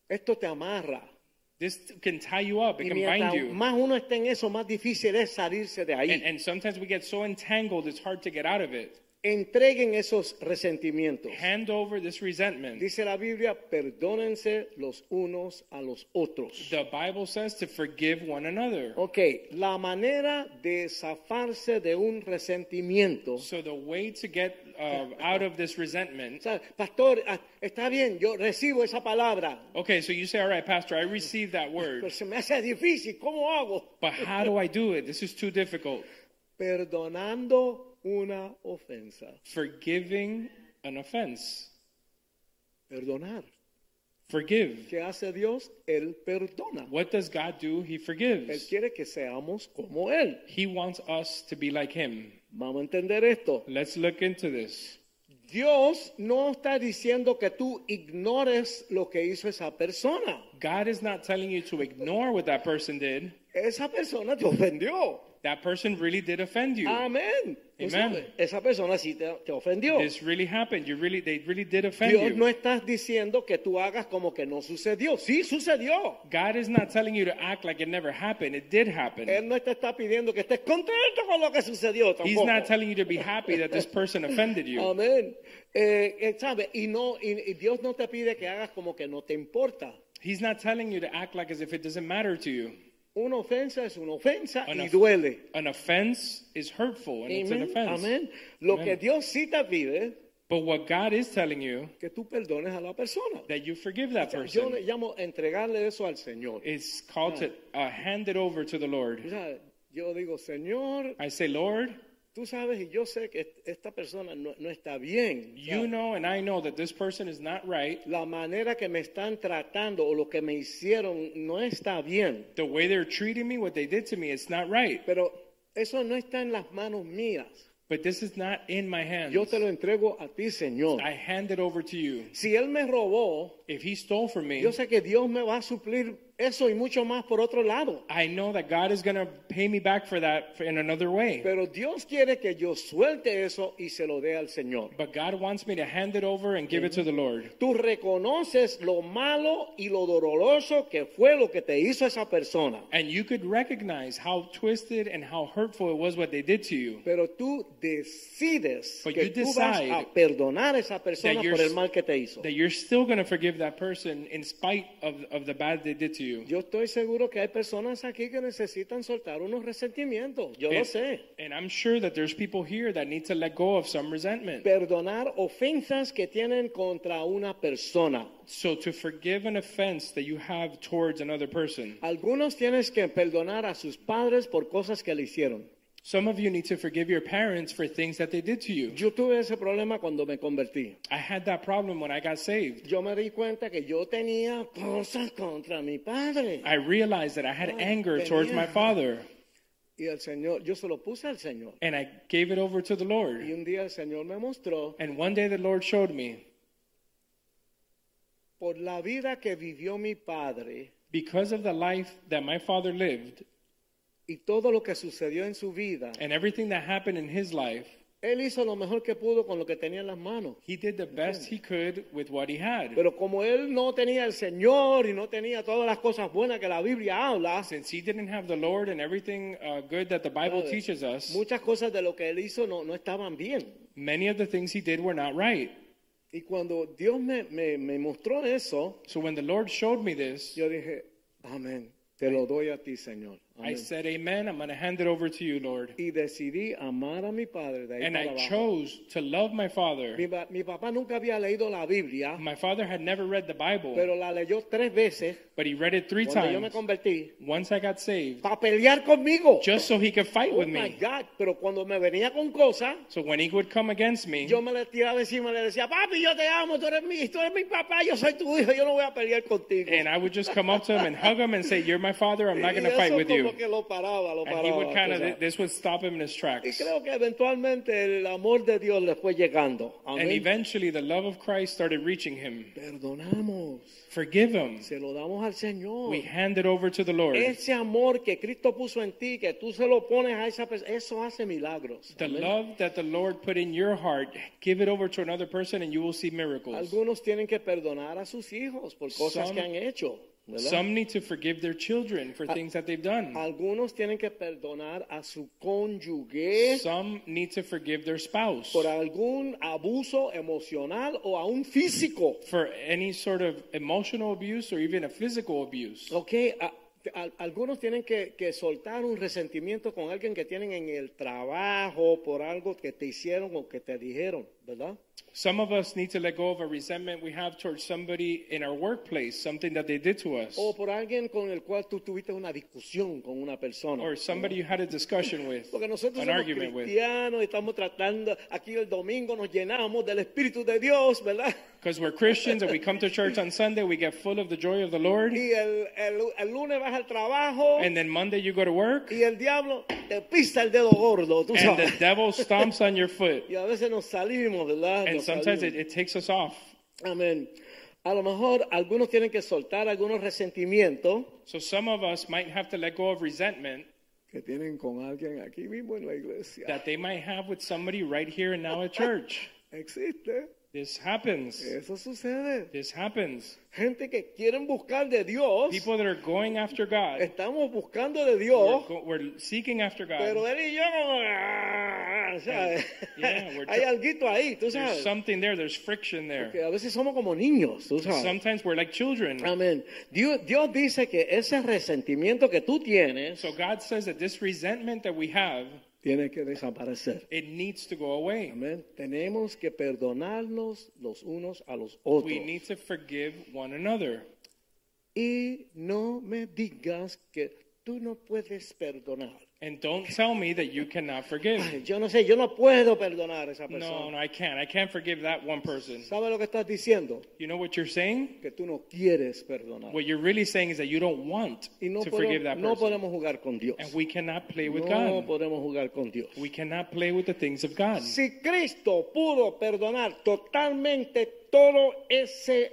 A: Esto te amarra.
C: This can tie you up, it
A: Y
C: can bind
A: mientras
C: you.
A: más uno esté en eso, más difícil es salirse de ahí.
C: And, and sometimes we get so entangled, it's hard to get out of it.
A: Entreguen esos resentimientos.
C: Hand over this resentment.
A: Dice la Biblia, perdónense los unos a los otros.
C: The Bible says to forgive one another.
A: Ok, la manera de zafarse de un resentimiento.
C: So the way to get uh, out of this resentment.
A: O sea, pastor, ah, está bien, yo recibo esa palabra,
C: Okay, so you say, all right, Pastor, I received that word,
A: pero se me hace difícil, ¿cómo hago?
C: but how do I do it? This is too difficult.
A: perdonando una ofensa.
C: Forgiving an offense.
A: Perdonar.
C: Forgive.
A: ¿Qué hace Dios? Él perdona.
C: What does God do? He
A: Él
C: forgives.
A: quiere que seamos como Él.
C: He wants us to be like Him.
A: Vamos a entender esto.
C: Let's look into this.
A: Dios no está diciendo que tú ignores lo que hizo esa persona.
C: God is not telling you to ignore what that person did.
A: Esa persona te ofendió.
C: That person really did offend you.
A: Amén. Tú
C: Amen.
A: sabes, Esa persona sí te, te ofendió.
C: This really happened. You really, they really did offend
A: Dios no
C: you.
A: está diciendo que tú hagas como que no sucedió. Sí sucedió.
C: God is not telling you to act like it never happened. It did happen.
A: Él no te está pidiendo que estés contento con lo que sucedió.
C: He's
A: tampoco.
C: not telling you to be happy that this person offended you.
A: Amén. Eh, eh, ¿sabe? Y, no, y, y Dios no te pide que hagas como que no te importa.
C: He's not telling you to act like as if it doesn't matter to you.
A: Una ofensa es una ofensa
C: An,
A: y
C: off-
A: duele.
C: an offense is hurtful and it's an
A: Amén.
C: offense.
A: Amén. Lo
C: Amen.
A: que Dios sí te pide
C: But what God is telling you
A: que tú perdones a la persona.
C: that you forgive that
A: Yo le
C: person.
A: llamo entregarle eso al Señor.
C: It's called to uh, hand it over to the
A: O
C: Lord.
A: sea, Yo digo, Señor,
C: I say, Lord,
A: tú sabes y yo sé que est- esta persona no, no está bien. O sea,
C: you know and I know that this person is not right.
A: La manera que me están tratando o lo que me hicieron no está bien.
C: The way they're treating me, what they did to me, it's not right.
A: Pero eso no está en las manos mías.
C: But this is not in my hands.
A: Yo te lo entrego a ti, Señor.
C: I hand it over to you.
A: Si él me robó,
C: If he stole from me,
A: yo sé que Dios me va a suplir eso y mucho más por otro lado.
C: I know that God is going to pay me back for that in another way.
A: Pero Dios quiere que yo suelte eso y se lo dé al Señor.
C: But God wants me to hand it over and give it to the Lord.
A: Tú reconoces lo malo y lo doloroso que fue lo que te hizo esa persona.
C: And you could recognize how twisted and how hurtful it was what they did to you.
A: Pero tú decides
C: But
A: que
C: you
A: tú vas
C: decide
A: a perdonar a esa persona
C: that you're-
A: por el mal que te hizo.
C: That you're still going to forgive that person in spite of, of the bad they did to you.
A: Yo estoy seguro que hay personas aquí que necesitan soltar unos resentimientos. Yo lo
C: And,
A: sé.
C: and I'm sure that there's people here that need to let go of some resentment.
A: Perdonar ofensas que tienen contra una persona.
C: So to forgive an offense that you have towards another person.
A: Algunos tienes que perdonar a sus padres por cosas que le hicieron.
C: Some of you need to forgive your parents for things that they did to you.
A: Yo tuve ese problema cuando me convertí.
C: I had that problem when I got saved.
A: Yo me di cuenta que yo tenía cosas contra mi padre.
C: I realized that I had anger towards my father,
A: Y el Señor, yo se lo puse al Señor.
C: and I gave it over to the
A: Y
C: Lord.
A: un día el Señor me mostró
C: And one day the Lord showed me,
A: por la vida que vivió mi padre
C: because of the life that my father lived
A: y todo lo que sucedió en su vida.
C: and everything that happened in his life,
A: Él hizo lo mejor que pudo con lo que tenía en las manos.
C: he did the best he could with what he had.
A: Pero como él no tenía el Señor y no tenía todas las cosas buenas que la Biblia habla,
C: Since he didn't have the Lord and everything uh, good that the Bible teaches us,
A: muchas cosas de lo que él hizo no, no estaban bien.
C: many of the things he did were not right.
A: Y cuando Dios me, me- me mostró eso,
C: So when the Lord showed me this,
A: yo dije, amén, te lo doy a ti, Señor.
C: I
A: Amén.
C: said, Amen, I'm going to hand it over to you, Lord.
A: Y decidí amar a mi padre de ahí
C: And
A: para
C: I
A: abajo.
C: chose to love my
A: Mi,
C: father.
A: pa- mi papá nunca había leído la Biblia,
C: My father had never read the Bible,
A: pero la leyó tres veces
C: but he read it three
A: cuando yo me
C: times
A: convertí
C: once I got saved,
A: para pelear conmigo.
C: just so he could fight
A: oh
C: with
A: my
C: me.
A: God, pero cuando me venía con cosas,
C: So when he would come against me,
A: yo me le tiraba encima y le decía, papi, yo te amo, tú eres mi, tú eres mi papá, yo soy tu hijo, yo no voy a pelear contigo.
C: and I would just come up to him and hug him and say, You're my father, I'm not
A: y
C: going to
A: eso
C: fight with
A: como
C: you.
A: que lo paraba, lo
C: And he
A: paraba,
C: would kind
A: tú
C: of,
A: sabes.
C: this would stop him in his
A: y
C: tracks.
A: creo que eventualmente el amor de Dios le fue llegando.
C: And
A: Amén.
C: eventually the love of Christ started reaching him.
A: Perdonamos,
C: Forgive him.
A: se lo damos al Señor.
C: We hand it over to the Lord.
A: Ese amor que Cristo puso en ti, que tú se lo pones a esa persona, eso hace milagros.
C: The
A: Amén.
C: love that the Lord put in your heart, give it over to another person and you will see miracles.
A: Algunos tienen que perdonar a sus hijos por cosas
C: Some-
A: que han hecho. ¿verdad? Ah,
C: Some need to forgive their children for things that they've done.
A: Algunos tienen que perdonar a su cónyuge
C: Some need to forgive their spouse
A: por algún abuso emocional o aún físico.
C: for any sort of emotional abuse or even a physical abuse.
A: Ok, a- a- algunos tienen que, que soltar un resentimiento con alguien que tienen en el trabajo por algo que te hicieron o que te dijeron, ¿verdad?
C: Some of us need to let go of a resentment we have towards somebody in our workplace, something that they did to us,
A: O por alguien con el cual tú tuviste una discusión con una persona.
C: or somebody you had a discussion with,
A: Porque nosotros
C: an
A: somos
C: argument with.
A: cristianos y estamos tratando, aquí el domingo nos llenamos del Espíritu de Dios, ¿verdad?
C: Because we're Christians and we come to church on Sunday, we get full of the joy of the Lord,
A: Y el, el, el lunes vas al trabajo
C: and then Monday you go to work,
A: y el diablo te pisa el dedo gordo, tú
C: and the
A: sabes.
C: devil stomps on your foot.
A: Y a veces nos salimos, ¿verdad?
C: And
A: Nos
C: sometimes it,
A: salimos.
C: it takes us off.
A: Amén. A lo mejor algunos tienen que soltar algunos resentimientos
C: So some of us might have to let go of resentment
A: que tienen con alguien aquí mismo en la iglesia.
C: that they might have with somebody right here and now at church.
A: Existe,
C: This happens.
A: eso sucede.
C: This happens.
A: Gente que quieren buscar de Dios,
C: People that are going after God,
A: estamos buscando de
C: we're,
A: Dios.
C: go- we're seeking after
A: Oh. Pero
C: God.
A: él y yo como, ah, ¿sabes?
C: Yeah, we're
A: Hay
C: tr-
A: alguito ahí, tú
C: There's
A: sabes.
C: something there. There's friction
A: Que
C: there.
A: a veces somos como niños, tú sabes.
C: Sometimes we're like children.
A: Amén. Dios, Dios dice que ese resentimiento que tú tienes
C: So God says that this resentment that we have,
A: tiene que desaparecer.
C: it needs to go away.
A: Amén. Tenemos que perdonarnos los unos a los
C: We
A: otros.
C: need to forgive one another.
A: Y no me digas que tú no puedes perdonar.
C: And don't tell me that you cannot forgive.
A: Ay, yo no sé, yo no puedo perdonar a esa
C: No, no,
A: persona.
C: I can't. I can't forgive that one person.
A: ¿Sabes lo que estás diciendo?
C: You know what you're saying?
A: Que tú no quieres perdonar.
C: What you're really saying is that you don't want
A: Y no,
C: to
A: podemos-
C: forgive that
A: no
C: person.
A: podemos jugar con Dios.
C: And we cannot play with
A: No
C: God.
A: podemos jugar con Dios.
C: We cannot play with the things of God.
A: Si Cristo pudo perdonar totalmente todo ese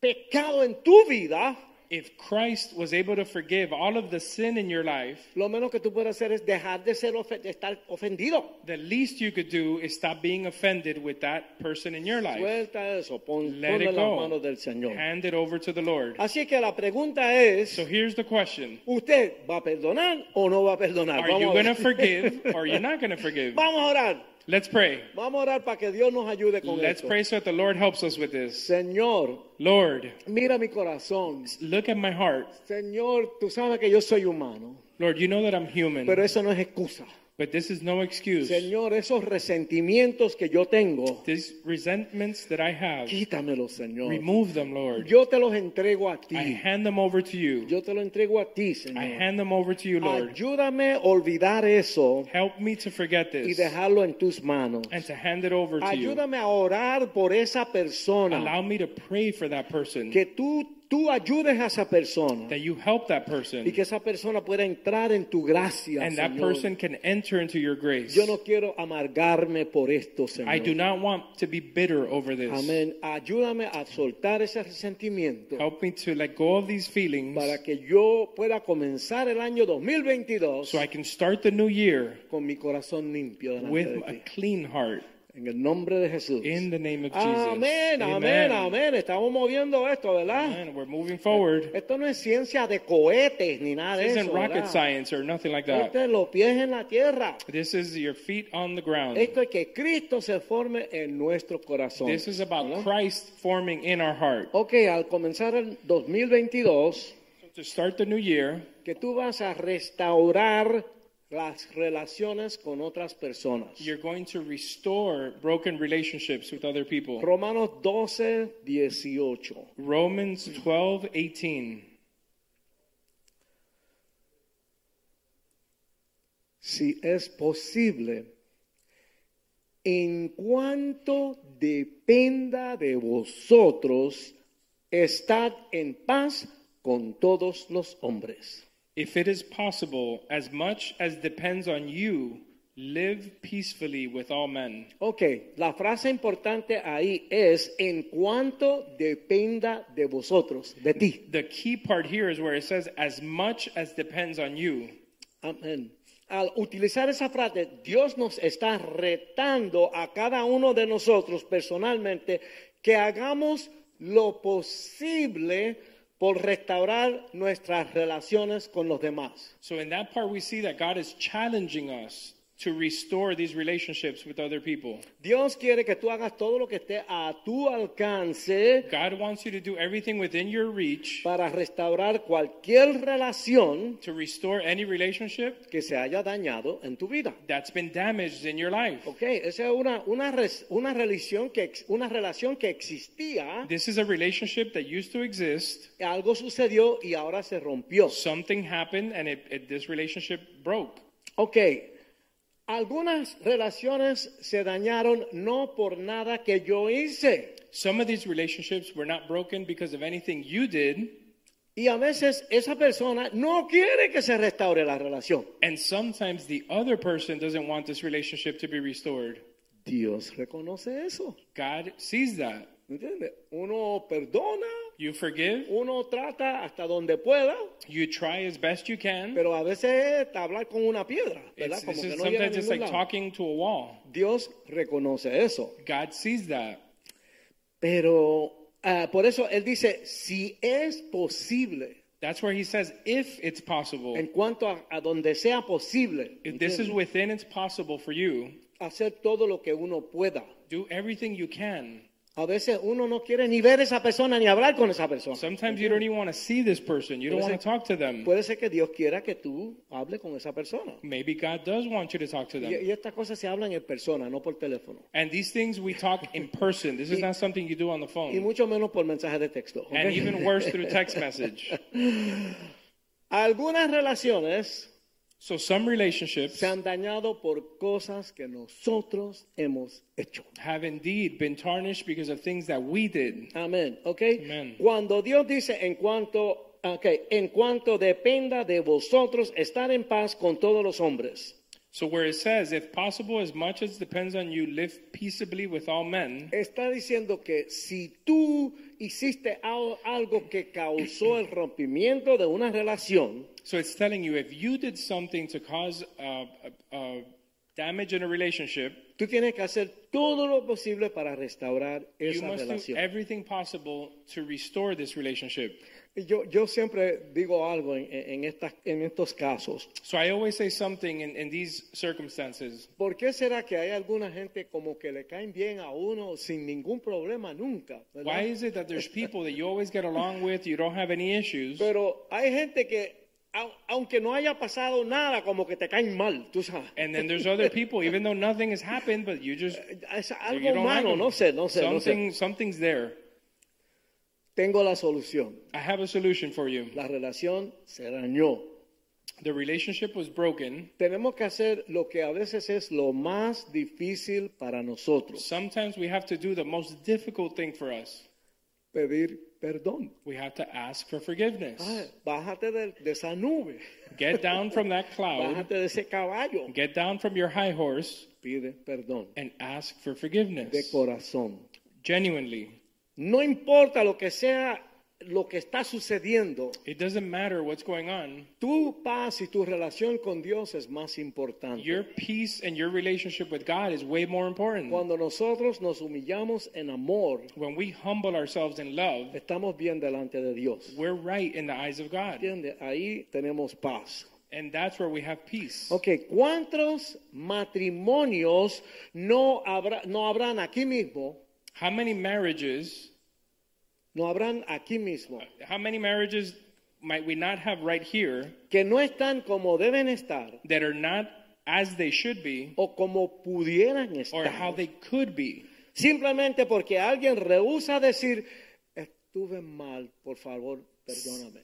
A: pecado en tu vida,
C: If Christ was able to forgive all of the sin in your life,
A: lo menos que tú puedes hacer es dejar de, ser ofe- de estar ofendido.
C: the least you could do is stop being offended with that person in your life.
A: Suelta eso, pon,
C: Let
A: ponlo
C: it
A: en las manos
C: go.
A: del Señor.
C: Hand it over to the Lord.
A: Así que la pregunta es,
C: So here's the question.
A: ¿usted va a perdonar o no va a perdonar?
C: Are you
A: a
C: going to
A: ver.
C: forgive or you're not going to forgive?
A: Ah, Vamos a orar.
C: Let's pray.
A: Vamos a orar para que Dios nos ayude con
C: Let's
A: esto.
C: pray so that the Lord helps us with this.
A: Señor,
C: Lord,
A: mira mi corazón.
C: look at my heart.
A: Señor, tú sabes que yo soy humano,
C: Lord, you know that I'm human,
A: pero eso no es excusa.
C: but this is no excuse.
A: Señor, esos resentimientos que yo tengo,
C: These resentments that I have,
A: quítamelos, Señor.
C: remove them, Lord.
A: Yo te los entrego a
C: I
A: ti.
C: hand them over to you.
A: Yo te lo entrego a ti,
C: I
A: Señor.
C: hand them over to you, Lord.
A: Ayúdame a olvidar eso
C: Help me to forget
A: y
C: this
A: dejarlo en tus manos.
C: and to hand it over to you.
A: Ayúdame a orar por esa persona.
C: Allow me to pray for that person,
A: Que tú, tú ayudes a esa persona
C: that you help that
A: y
C: person,
A: que esa persona pueda entrar en tu gracia.
C: and that
A: Señor.
C: person can enter into your grace.
A: Yo no quiero amargarme por esto, Señor.
C: I do not want to be bitter over this.
A: Amén. Ayúdame a soltar ese resentimiento
C: Help me to let go of these feelings
A: para que yo pueda comenzar el año 2022
C: so I can start the new year
A: con mi corazón limpio delante
C: with
A: de
C: a
A: ti.
C: clean heart.
A: En el nombre de Jesús.
C: In the name of Jesus.
A: Amén, amén,
C: Amen.
A: amén. Estamos moviendo esto, ¿verdad?
C: And we're moving forward.
A: Esto no es ciencia de cohetes ni nada de
C: This
A: eso.
C: isn't rocket
A: ¿verdad?
C: science or nothing like that.
A: Esto es los pies en la tierra.
C: This is your feet on the ground.
A: Esto es que Cristo se forme en nuestro corazón.
C: This is about
A: ¿verdad?
C: Christ forming in our heart.
A: Ok, al comenzar el 2022,
C: To start the new year,
A: que tú vas a restaurar las relaciones con otras personas.
C: you're going to restore broken relationships with other people.
A: Romanos 12, 18.
C: Romans 12:18.
A: si es posible, en cuanto dependa de vosotros, estad en paz con todos los hombres.
C: If it is possible, as much as depends on you, live peacefully with all men.
A: Ok, la frase importante ahí es en cuanto dependa de vosotros, de ti.
C: The key part here is where it says, as much as depends on you.
A: Amén. Al utilizar esa frase, Dios nos está retando a cada uno de nosotros personalmente que hagamos lo posible por restaurar nuestras relaciones con los demás.
C: So in that part, we see that God is challenging us to restore these relationships with other people.
A: Dios quiere que tú hagas todo lo que esté a tu alcance
C: God wants you to do everything within your reach
A: para restaurar cualquier relación
C: to restore any relationship
A: que se haya dañado en tu vida.
C: that's been damaged in your life.
A: Ok, esa es una, una, res- una relación que, ex- una relación que existía.
C: This is a relationship that used to exist.
A: Algo sucedió y ahora se rompió.
C: Something happened and it, it, this relationship broke.
A: Ok, algunas relaciones se dañaron no por nada que yo hice.
C: Some of these relationships were not broken because of anything you did,
A: Y a veces esa persona no quiere que se restaure la relación.
C: and sometimes the other person doesn't want this relationship to be restored.
A: Dios reconoce eso.
C: God sees that.
A: ¿Entiendes? Uno perdona,
C: You forgive,
A: uno trata hasta donde pueda,
C: you try as best you can.
A: pero a veces es hablar con una piedra, ¿verdad?
C: It's,
A: Como
C: this
A: que
C: is
A: no llega a
C: sometimes it's
A: ningún lado.
C: like talking to a wall.
A: Dios reconoce eso.
C: God sees that.
A: Pero ah, por eso Él dice, si es posible,
C: That's where he says, if it's possible,
A: en cuanto a, a donde sea posible,
C: if this is
A: ¿entiendes?
C: within it's possible for you,
A: hacer todo lo que uno pueda.
C: do everything you can.
A: A veces uno no quiere ni ver a esa persona ni hablar con esa persona.
C: Sometimes you don't even want to see this person, you don't
A: Puede
C: want to
A: ser-
C: talk to them.
A: Puede ser que Dios quiera que tú hables con esa persona.
C: Maybe God does want you to talk to
A: Y,
C: them.
A: y estas cosas se hablan en persona, no por teléfono.
C: And these things we talk in person. This is not something you do on the
A: Y
C: phone.
A: mucho menos por mensaje de texto. ¿ok?
C: And even worse through text message.
A: Algunas relaciones
C: So some relationships
A: se han dañado por cosas que nosotros hemos hecho.
C: have indeed been tarnished because of things that we did.
A: Amén, ¿ok?
C: Amén.
A: Cuando Dios dice en cuanto, ok, en cuanto dependa de vosotros estar en paz con todos los hombres.
C: So where it says, if possible, as much as depends on you, live peaceably with all men.
A: Está diciendo que si tú hiciste al- algo que causó el rompimiento de una relación,
C: So it's telling you if you did something to cause uh, uh, uh, damage in a relationship,
A: Tú tienes que hacer todo lo posible para restaurar
C: You
A: esa
C: must do
A: relación.
C: everything possible to restore this relationship.
A: Yo, yo siempre digo algo en, en, estas- en estos casos.
C: So I always say something in, in these circumstances.
A: ¿Por qué será que hay alguna gente como que le caen bien a uno sin ningún problema nunca? ¿verdad?
C: Why is it that there's people that you always get along with, you don't have any issues,
A: Pero hay gente que, au- aunque no haya pasado nada, como que te caen mal, tú sabes.
C: and then there's other people, even though nothing has happened, but you just
A: Es
C: you
A: algo
C: don't like
A: humano,
C: them.
A: no sé, no sé, no
C: Something,
A: sé.
C: something's there.
A: Tengo la solución.
C: I have a solution for you.
A: La relación se dañó.
C: The relationship was broken.
A: Tenemos que hacer lo que a veces es lo más difícil para nosotros,
C: Sometimes we have to do the most difficult thing for us.
A: pedir perdón.
C: We have to ask for forgiveness.
A: Ah, bájate de, de esa nube,
C: Get down from that cloud.
A: bájate de ese caballo,
C: Get down from your high horse
A: pide perdón
C: and ask for
A: de
C: forgiveness.
A: corazón.
C: Genuinely.
A: No importa lo que sea, lo que está sucediendo,
C: It doesn't matter what's going on.
A: tu paz y tu relación con Dios es más importante.
C: Your peace and your relationship with God is way more important.
A: Cuando nosotros nos humillamos en amor,
C: When we humble ourselves in love,
A: estamos bien delante de Dios.
C: we're right in the eyes of God.
A: ¿Entiendes? Ahí tenemos paz.
C: And that's where we have peace.
A: Ok, ¿cuántos matrimonios no, habrá, no habrán aquí mismo?
C: How many marriages,
A: No habrán aquí mismo.
C: how many marriages might we not have right here
A: Que no están como deben estar
C: that are not as they should be
A: o como pudieran
C: or how
A: estar.
C: they could be?
A: Simplemente porque alguien rehúsa decir, estuve mal, por favor, perdóname.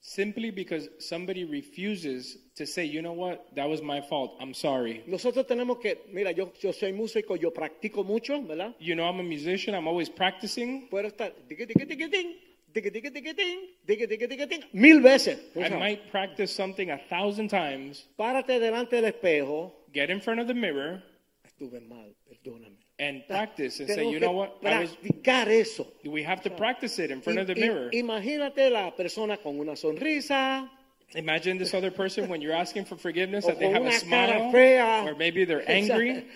C: Simply because somebody refuses to say, you know what, that was my fault, I'm sorry.
A: Nosotros tenemos que, mira, yo, yo soy músico, yo practico mucho, ¿verdad?
C: You know, I'm a musician, I'm always practicing.
A: Puedo estar tiqui, tiqui, tiqui, tin, tiqui, tiqui, tiqui, tin, tiqui, tiqui, tiqui, tin, mil veces. O
C: I
A: sea,
C: might practice something a thousand times,
A: Párate delante del espejo.
C: get in front of the mirror,
A: Estuve mal, perdóname.
C: and practice and say,
A: Tenemos
C: you
A: que
C: know what, I was,
A: practicar eso.
C: we have to practice it in front of the
A: I- i-
C: mirror.
A: Imagínate la persona con una sonrisa,
C: Imagine this other person when you're asking for forgiveness
A: o
C: that they
A: con
C: have a
A: una cara
C: smile,
A: fea.
C: or maybe they're
A: O sea,
C: angry.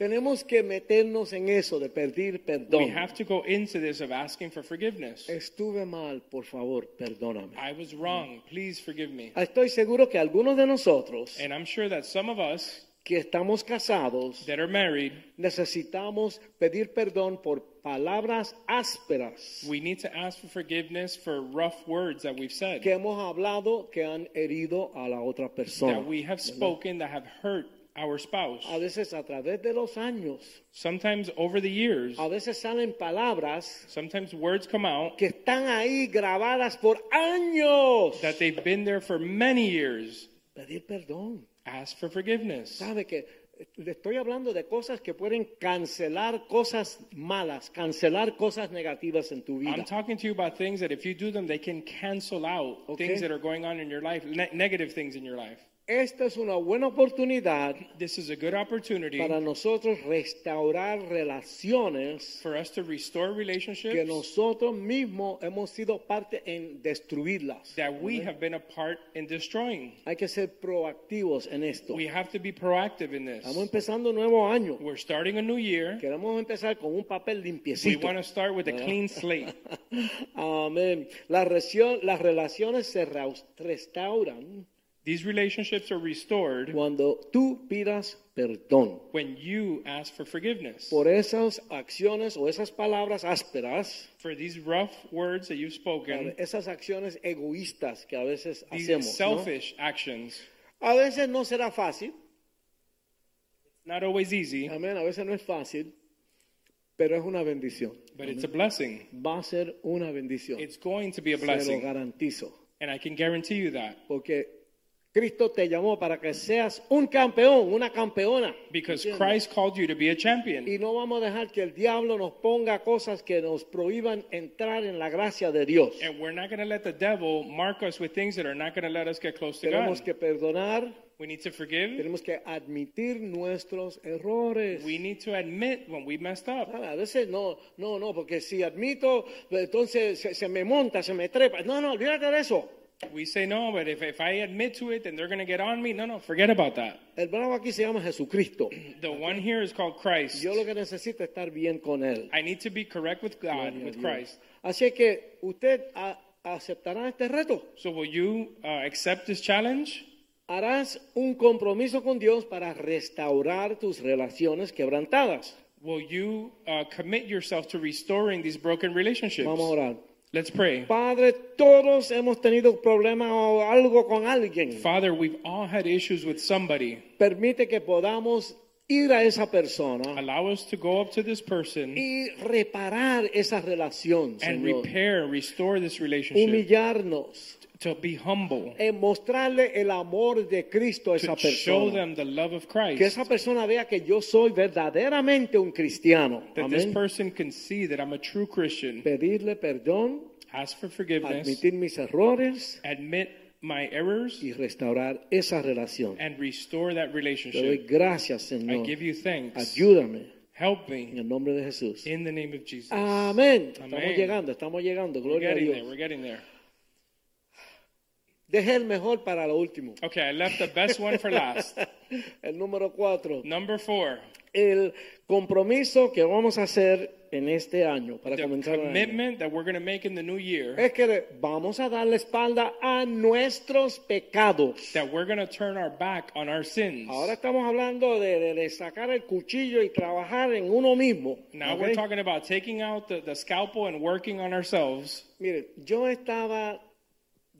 A: tenemos que meternos en eso de pedir
C: We
A: perdón.
C: have to go into this of asking for forgiveness.
A: Estuve mal, por favor, perdóname.
C: I was wrong. Please forgive me.
A: Estoy seguro que algunos de nosotros
C: And I'm sure that some of us
A: que estamos casados
C: that are married,
A: necesitamos pedir perdón por palabras ásperas
C: we need to ask for forgiveness for rough words that we've said,
A: que hemos hablado que han herido a la otra persona.
C: that we have spoken that have hurt our spouse.
A: A veces a través de los años,
C: Sometimes over the years,
A: a veces salen palabras
C: sometimes words come out
A: que están ahí grabadas por años.
C: that they've been there for many years.
A: Pedir perdón.
C: Ask for forgiveness.
A: Sabe que eh, le estoy hablando de cosas que pueden cancelar cosas malas, cancelar cosas negativas en tu vida.
C: I'm talking to you about things that if you do them, they can cancel out
A: Okay.
C: things that are going on in your life, ne- negative things in your life.
A: Esta es una buena oportunidad
C: This is a good opportunity
A: para nosotros restaurar relaciones
C: for us to restore
A: que
C: relationships
A: nosotros mismos hemos sido parte en destruirlas.
C: that we have been a part in destroying.
A: Hay que ser proactivos en esto.
C: We have to be proactive in this.
A: Estamos empezando un nuevo año.
C: We're starting a new year.
A: Queremos empezar con un papel
C: We
A: limpiecito.
C: want to start with a clean slate.
A: Amén. La recio- las relaciones se raus- restauran
C: These relationships are restored
A: cuando tú pidas perdón
C: when you ask for forgiveness
A: por esas acciones o esas palabras ásperas,
C: for these rough words that you've spoken,
A: esas acciones egoístas que a veces
C: these
A: hacemos. ¿no?
C: selfish actions.
A: A veces no será fácil,
C: Not always easy,
A: amén, a veces no es fácil, pero es una bendición.
C: but it's a blessing.
A: Va a ser una bendición.
C: It's going to be a
A: Te lo
C: blessing,
A: garantizo.
C: and I can guarantee you that
A: Porque Cristo te llamó para que seas un campeón, una campeona.
C: because
A: ¿Entiendes?
C: Christ called you to be a champion.
A: Y no vamos a dejar que el diablo nos ponga cosas que nos prohíban entrar en la gracia de Dios.
C: And we're not going to let the devil mark us with things that are not going to let us get close to
A: Tenemos
C: God.
A: que perdonar,
C: We need to forgive.
A: tenemos que admitir nuestros errores.
C: We need to admit when we messed up.
A: Ah, A veces no, no, no, porque si admito, entonces se, se me monta, se me trepa. No, no, olvídate de eso.
C: We say, no, but if, if I admit to it, then they're going to get on me. No, no, forget about that.
A: El bravo aquí se llama Jesucristo.
C: The one here is called Christ.
A: Yo lo que necesito es estar bien con él.
C: I need to be correct with
A: Gloria
C: God,
A: a
C: with
A: Dios.
C: Christ.
A: Así es que usted a- aceptará este reto.
C: So will you uh, accept this challenge?
A: Harás un compromiso con Dios para restaurar tus relaciones quebrantadas.
C: Will you uh, commit yourself to restoring these broken relationships?
A: Vamos a orar.
C: Let's pray.
A: Padre, todos hemos tenido problemas o algo con alguien.
C: Father, we've all had issues with somebody.
A: Permite que podamos ir a esa persona
C: Allow us to go up to this person
A: y reparar esa relación,
C: and
A: Señor.
C: repair, restore this relationship.
A: Humillarnos,
C: To be humble.
A: eh, mostrarle el amor de Cristo a esa
C: To show
A: persona.
C: them the love of
A: Que
C: Christ.
A: esa persona vea que yo soy verdaderamente un cristiano.
C: That
A: Amén.
C: this person can see that I'm a true Christian.
A: Pedirle perdón,
C: Ask for forgiveness.
A: admitir mis errores
C: Admit my errors
A: y restaurar esa relación.
C: and restore that
A: Te doy
C: relationship.
A: gracias,
C: I
A: Señor.
C: give you thanks.
A: Ayúdame
C: Help
A: en
C: me
A: el nombre de Jesús.
C: in the name of Jesus.
A: Ah, Amén. Estamos
C: Amén.
A: llegando, estamos llegando.
C: We're
A: Gloria a
C: getting there.
A: Dios.
C: We're getting there.
A: Dejé el mejor para lo último.
C: Okay, I left the best one for last.
A: El número cuatro.
C: Number four,
A: El compromiso que vamos a hacer en este año para
C: the
A: comenzar el año,
C: commitment that we're going to make in the new year
A: es que le- vamos a dar la espalda a nuestros pecados.
C: that we're going to turn our back on our sins.
A: Ahora estamos hablando de, de- de sacar el cuchillo y trabajar en uno mismo.
C: Now
A: ¿ok?
C: we're talking about taking out the, the scalpel and working on ourselves.
A: Mire, yo estaba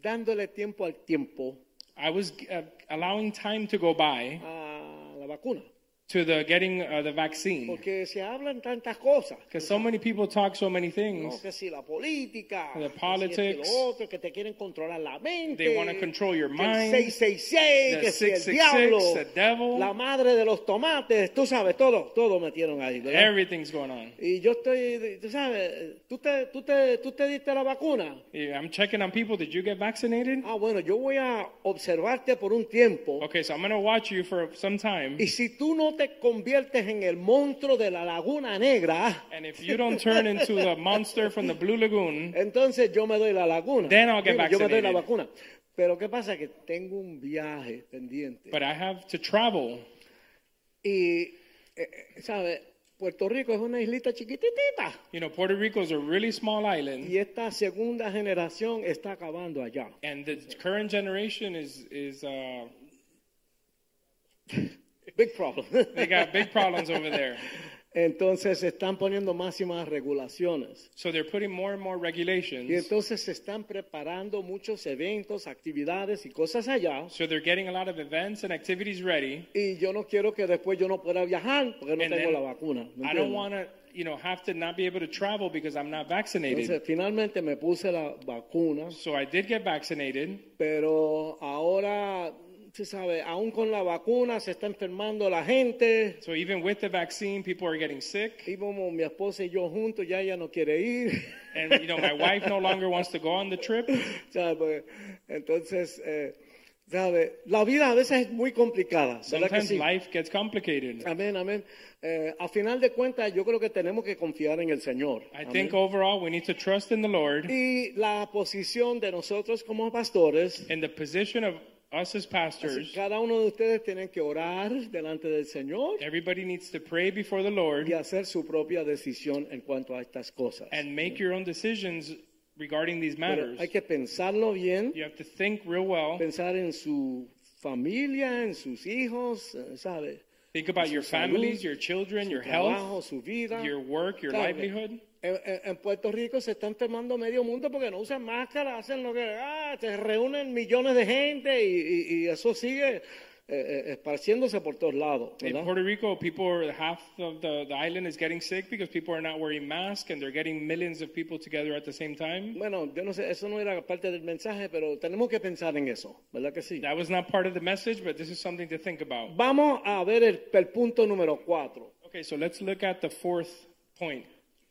A: dándole tiempo al tiempo
C: I was uh, allowing time to go by
A: a la vacuna,
C: to the getting uh, the vaccine
A: porque se hablan tantas cosas.
C: because so many people talk so many
A: No,
C: things.
A: que si la política, que si
C: The
A: esto y
C: politics.
A: lo otro, que te quieren controlar la mente,
C: They wanna control your
A: que el
C: mind.
A: 666,
C: The
A: que si el
C: 666,
A: diablo,
C: the devil.
A: la madre de los tomates, tú sabes, todo, todo metieron ahí, ¿verdad?
C: Everything's going on.
A: y yo estoy, tú sabes, tú te, tú te, tú te diste la vacuna.
C: Yeah, I'm checking on people. Did you get vaccinated?
A: Ah, bueno, yo voy a observarte por un tiempo.
C: Okay, so I'm going to watch you for some time.
A: Y si tú no te conviertes en el monstruo de la Laguna Negra,
C: And if you don't turn into the monster from the Blue Lagoon,
A: entonces yo me doy la laguna.
C: Then I'll get
A: Digo, yo me doy la
C: vaccinated.
A: vacuna. Pero qué pasa que tengo un viaje pendiente
C: but I have to travel.
A: y eh, eh, sabes, Puerto Rico es una islita chiquitita
C: You know, Puerto Rico is a really small
A: y
C: island,
A: esta segunda generación está acabando allá.
C: and the current generation is is uh,
A: Big problem.
C: they got big problems over there.
A: Entonces se están poniendo más y más regulaciones.
C: So they're putting more and more
A: Y
C: regulations.
A: entonces se están preparando muchos eventos, actividades y cosas allá.
C: So they're getting a lot of events and activities ready.
A: Y yo no quiero que después yo no pueda viajar porque no
C: And
A: tengo
C: then
A: la vacuna. ¿me
C: I don't
A: entiendes?
C: want to, you know, have to not be able to travel because I'm not
A: Entonces
C: vaccinated.
A: finalmente me puse la vacuna,
C: So I did get vaccinated,
A: pero ahora, tú sabes, aún con la vacuna se está enfermando la gente.
C: so even with the vaccine, people are getting sick,
A: Íbamos mi esposa y yo juntos, ya ella no quiere ir.
C: and you know, my wife no longer wants to go on the trip.
A: ¿Sabes? Porque, Entonces, eh, ¿sabes? La vida a veces es muy complicada. ¿verdad que
C: Sometimes
A: sí?
C: life gets complicated.
A: Amén, amén. Eh, a final de cuentas, yo creo que tenemos que confiar en el Señor.
C: I
A: Amén.
C: think overall we need to trust in the Lord
A: Y la posición de nosotros como pastores,
C: and the position of us as pastors.
A: cada uno de ustedes tiene que orar delante del Señor
C: Everybody needs to pray before the Lord
A: y hacer su propia decisión en cuanto a estas cosas.
C: and make your own decisions regarding these
A: Pero
C: matters.
A: hay que pensarlo bien,
C: You have to think real well.
A: pensar en su familia, en sus hijos, eh, ¿sabe?
C: Think about
A: su
C: your
A: salud,
C: families, your children,
A: su
C: your
A: trabajo,
C: health,
A: su vida.
C: your work, your
A: ¿Sabe?
C: livelihood.
A: En, en- en Puerto Rico se está enfermando medio mundo porque no usan máscara, hacen lo que... Ah, se reúnen millones de gente y, y- y eso sigue eh, eh, esparciéndose por todos lados.
C: In
A: ¿verdad?
C: Puerto Rico, people are, half of the, the island is getting sick because people are not wearing masks and they're getting millions of people together at the same time.
A: Bueno, yo no sé, eso no era parte del mensaje, pero tenemos que pensar en eso, ¿verdad que sí?
C: That was not part of the message, but this is something to think about.
A: Vamos a ver el, el punto número cuatro.
C: Okay, so let's look at the fourth point.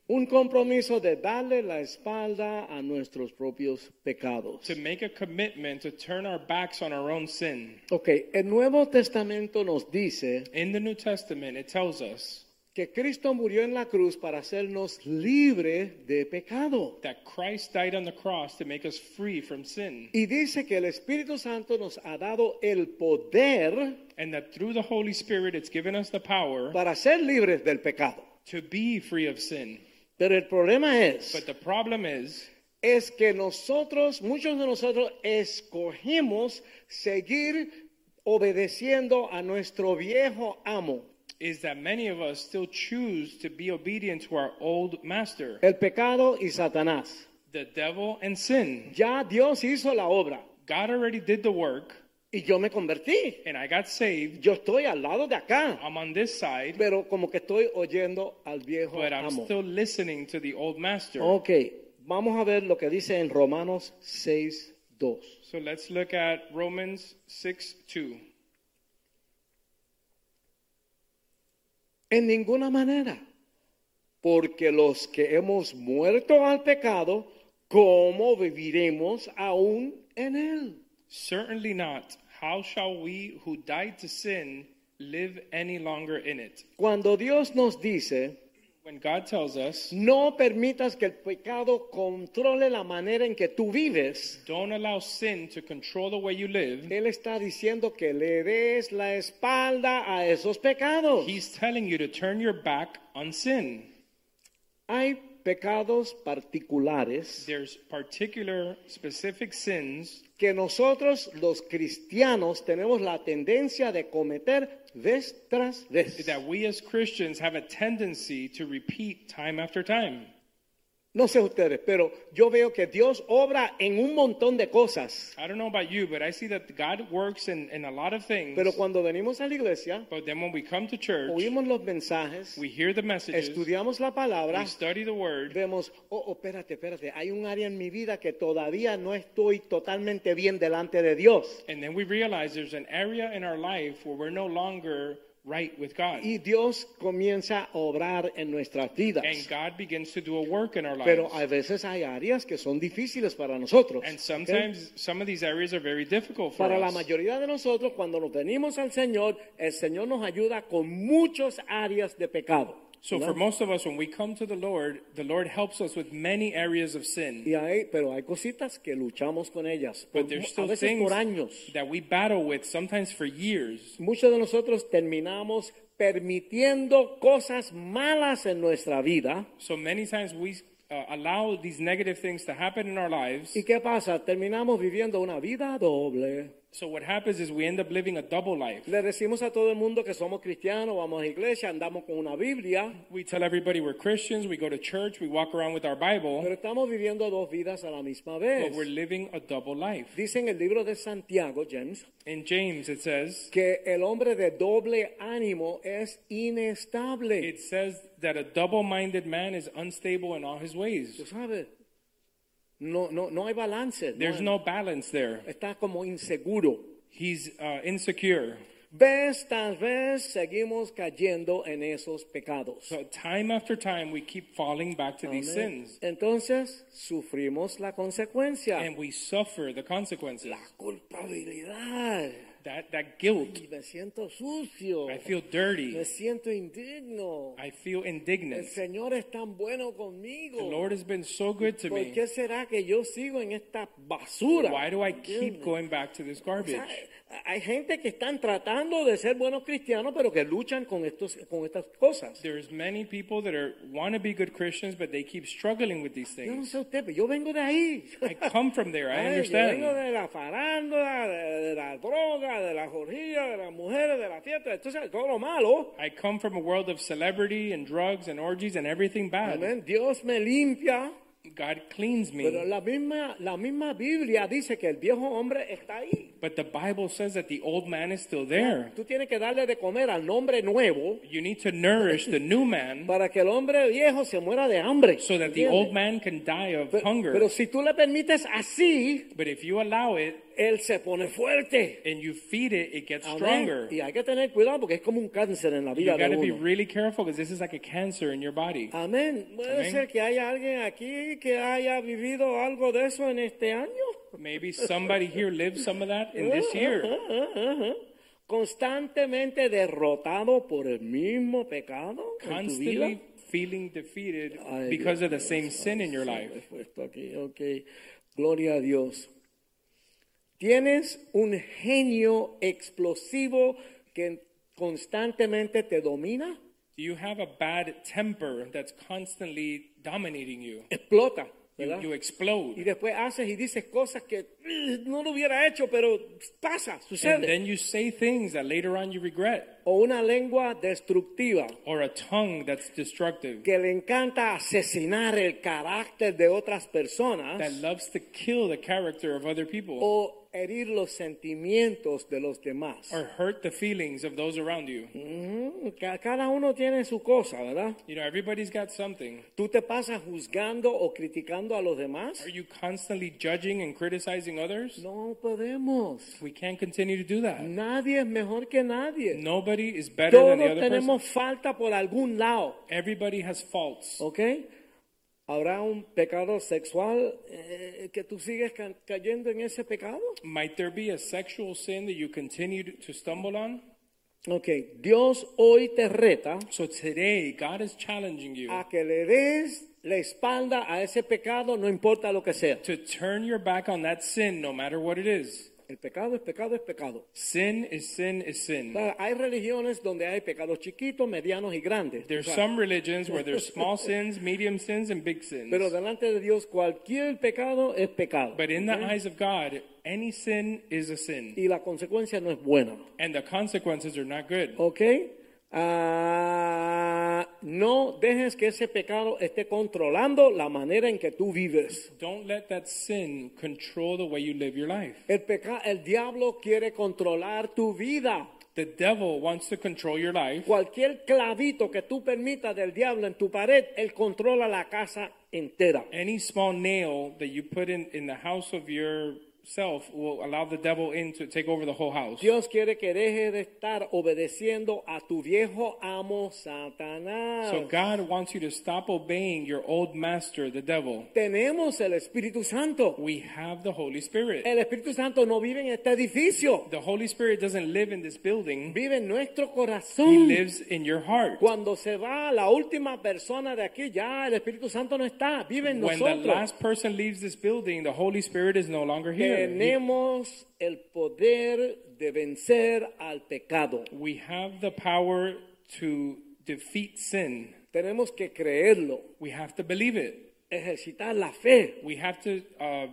A: Un compromiso de darle la espalda a nuestros propios pecados.
C: to make a commitment to turn our backs on our own sin.
A: Ok, el Nuevo Testamento nos dice
C: In the New Testament, it tells us
A: que Cristo murió en la cruz para hacernos libre de pecado.
C: that Christ died on the cross to make us free from sin,
A: Y dice que el Espíritu Santo nos ha dado el poder
C: and that through the Holy Spirit it's given us the power
A: para ser libres del pecado.
C: to be free of sin.
A: Pero el problema
C: But
A: es,
C: the problem is
A: es que nosotros, muchos de nosotros, escogimos seguir obedeciendo a nuestro viejo amo.
C: is that many of us still choose to be obedient to our old master,
A: El pecado y Satanás.
C: the devil and sin.
A: Ya Dios hizo la obra
C: God already did the work
A: y yo me convertí.
C: and I got saved.
A: Yo estoy al lado de acá,
C: I'm on this side,
A: pero como que estoy oyendo al viejo
C: but I'm
A: amo.
C: still listening to the old master.
A: Ok, vamos a ver lo que dice en Romanos 6, 2.
C: So let's look at Romans 6 2.
A: En ninguna manera, porque los que hemos muerto al pecado, ¿cómo viviremos aún en él?
C: Certainly not. How shall we who died to sin live any longer in it?
A: Cuando Dios nos dice,
C: When God tells us,
A: no permitas que el pecado controle la manera en que tú vives,
C: don't allow sin to control the way you live,
A: Él está diciendo que le des la espalda a esos pecados.
C: He's telling you to turn your back on sin.
A: Hay pecados particulares
C: There's particular, specific sins
A: que nosotros los cristianos tenemos la tendencia de cometer vez tras vez.
C: that we as Christians have a tendency to repeat time after time.
A: No sé ustedes, pero yo veo que Dios obra en un montón de cosas.
C: I don't know about you, but I see that God works in, in a lot of things.
A: Pero cuando venimos a la iglesia,
C: but then when we come to church,
A: oímos los mensajes,
C: we hear the messages,
A: estudiamos la palabra,
C: we study the word,
A: vemos, oh, oh, espérate, espérate, hay un área en mi vida que todavía no estoy totalmente bien delante de Dios.
C: And then we realize there's an area in our life where we're no longer right with God.
A: Y Dios comienza a obrar en nuestras vidas.
C: And God begins to do a work in our lives.
A: Pero a veces hay áreas que son difíciles para nosotros.
C: and
A: ¿ok?
C: sometimes some of these areas are very difficult for
A: Para la
C: us.
A: mayoría de nosotros, cuando nos venimos al Señor, el Señor nos ayuda con muchas áreas de pecado.
C: so
A: ¿verdad?
C: for most of us, when we come to the Lord, the Lord helps us with many areas of sin.
A: Y hay- pero hay cositas que luchamos con ellas, por-
C: But there's
A: a
C: still
A: veces
C: things
A: por años.
C: that we battle with sometimes for years.
A: Muchos de nosotros terminamos permitiendo cosas malas en nuestra vida.
C: So many times we uh, allow these negative things to happen in our lives.
A: ¿Y qué pasa? Terminamos viviendo una vida doble.
C: So what happens is we end up living a double life.
A: Le decimos a todo el mundo que somos cristianos, vamos a la iglesia, andamos con una Biblia,
C: We tell everybody we're Christians, we go to church, we walk around with our Bible.
A: pero estamos viviendo dos vidas a la misma vez.
C: But we're living a double life.
A: Dice en el libro de Santiago, James,
C: In James, it says,
A: que el hombre de doble ánimo es inestable.
C: it says that a double minded man is unstable in all his
A: Tú
C: ways.
A: sabes, no, no, no hay balance.
C: There's
A: no
C: no balance there.
A: Está como inseguro.
C: He's uh, insecure.
A: Vez tras vez seguimos cayendo en esos pecados.
C: So time after time, we keep falling back to these
A: Amén.
C: sins Em-
A: Entonces sufrimos la consecuencia,
C: and we suffer the consequences.
A: la culpabilidad.
C: That, that guilt.
A: Y me siento sucio.
C: I feel
A: me
C: dirty.
A: siento indigno.
C: I feel
A: El
C: indignant.
A: Señor es tan bueno
C: The
A: conmigo.
C: Lord has been so good to
A: ¿Por qué
C: me.
A: será que yo sigo en esta basura?
C: Why do I
A: ¿Entiendes?
C: keep going back to this
A: O sea,
C: garbage?
A: hay gente que están tratando de ser buenos cristianos, pero que luchan con, estos, con estas cosas.
C: There's many people that are want to be good Christians, but they keep struggling with these
A: Yo no
C: things.
A: sé usted, pero yo vengo de ahí.
C: I come from there. I
A: Ay, yo vengo
C: understand.
A: de la farándula, de, de la droga, de la jorrilla, de las mujeres, de la fiesta, entonces todo lo malo.
C: I come from a world of celebrity and drugs and orgies and everything bad.
A: Amén. Dios me limpia.
C: God cleans
A: Pero
C: me.
A: la misma, la misma Biblia dice que el viejo hombre está ahí.
C: But the Bible says that the old man is still there.
A: Tú tienes que darle de comer al hombre nuevo
C: You need to nourish the new man
A: para que el hombre viejo se muera de hambre.
C: so that the
A: ¿Entiendes?
C: old man can die of
A: Pe- pero,
C: hunger.
A: si tú le permites así,
C: But if you allow it
A: él se pone fuerte.
C: and you feed it, it gets
A: Amén.
C: stronger.
A: Y hay que tener cuidado porque es como un cáncer en la vida
C: You got
A: de
C: to be
A: uno.
C: really careful because this is like a cancer in your body.
A: Amén. Puede
C: Amén.
A: ser que haya alguien aquí que haya vivido algo de eso en este año. Ah,
C: Maybe somebody here lived some of that in this year.
A: Ajá, ajá, ajá. ah. constantemente derrotado por el mismo pecado en tu vida?
C: constantly feeling defeated
A: Ay,
C: because of the
A: Dios mío,
C: same sin in your
A: santo,
C: life.
A: he puesto aquí, ok. Gloria a Dios. Tienes un genio explosivo que constantemente te domina,
C: Do you have a bad temper that's constantly dominating you?
A: explota,
C: You,
A: ¿verdad?
C: you
A: y
C: explode.
A: después haces y dices cosas que mm, no lo hubiera hecho, pero pasa,
C: And
A: sucede.
C: then you say things that later on you regret,
A: o una lengua destructiva
C: or a tongue that's destructive,
A: que le encanta asesinar el carácter de otras
C: that
A: personas
C: loves to kill the character of other people,
A: o herir los sentimientos de los demás.
C: or hurt the feelings of those around you.
A: Mm, ca- Cada uno tiene su cosa, ¿verdad?
C: You know, everybody's got something.
A: ¿Tú te pasas juzgando o criticando a los demás?
C: Are you constantly judging and criticizing others?
A: No podemos.
C: We can't continue to do that.
A: Nadie es mejor que nadie.
C: Nobody is better
A: Todos
C: than the other person.
A: tenemos falta por algún lado.
C: Everybody has faults.
A: ¿Ok? ¿Habrá un pecado sexual eh, que tú sigues ca- cayendo en ese pecado?
C: Might there be a sexual sin that you continue to stumble on?
A: Ok, Dios hoy te reta
C: So today, God is challenging you
A: a que le des la espalda a ese pecado, no importa lo que sea.
C: to turn your back on that sin, no matter what it is.
A: El pecado es pecado, es pecado.
C: Sin is sin is
A: O
C: sin.
A: sea, hay religiones donde hay pecados chiquitos, medianos y grandes.
C: There's
A: O sea,
C: some religions where there's small sins, medium sins, and big sins.
A: Pero delante de Dios cualquier pecado es pecado.
C: But in the
A: ¿ok?
C: eyes of God, any sin is a sin,
A: y la consecuencia no es buena.
C: and the consequences are not good.
A: ¿Ok? Ah, no dejes que ese pecado esté controlando la manera en que tú vives.
C: Don't let that sin control the way you live your life.
A: El, peca- el diablo quiere controlar tu vida.
C: The devil wants to control your life.
A: Cualquier clavito que tú permitas del diablo en tu pared, él controla la casa entera.
C: Any small nail that you put in, in the house of yourself will allow the devil in to take over the whole house.
A: Dios quiere que dejes de estar obedeciendo a tu viejo amo Satanás.
C: So God wants you to stop obeying your old master, the devil.
A: Tenemos el Espíritu Santo.
C: We have the Holy Spirit.
A: El Espíritu Santo no vive en este edificio,
C: The Holy Spirit doesn't live in this building.
A: vive en nuestro
C: He
A: corazón.
C: lives in your heart.
A: Cuando se va la última persona de aquí, ya el Espíritu Santo no está, vive en
C: When the
A: nosotros.
C: last person leaves this building, the Holy Spirit is no longer here. He-
A: Tenemos el poder de vencer al pecado.
C: We have the power to defeat sin.
A: Tenemos que creerlo,
C: We have to believe it.
A: ejercitar la fe
C: We have to uh,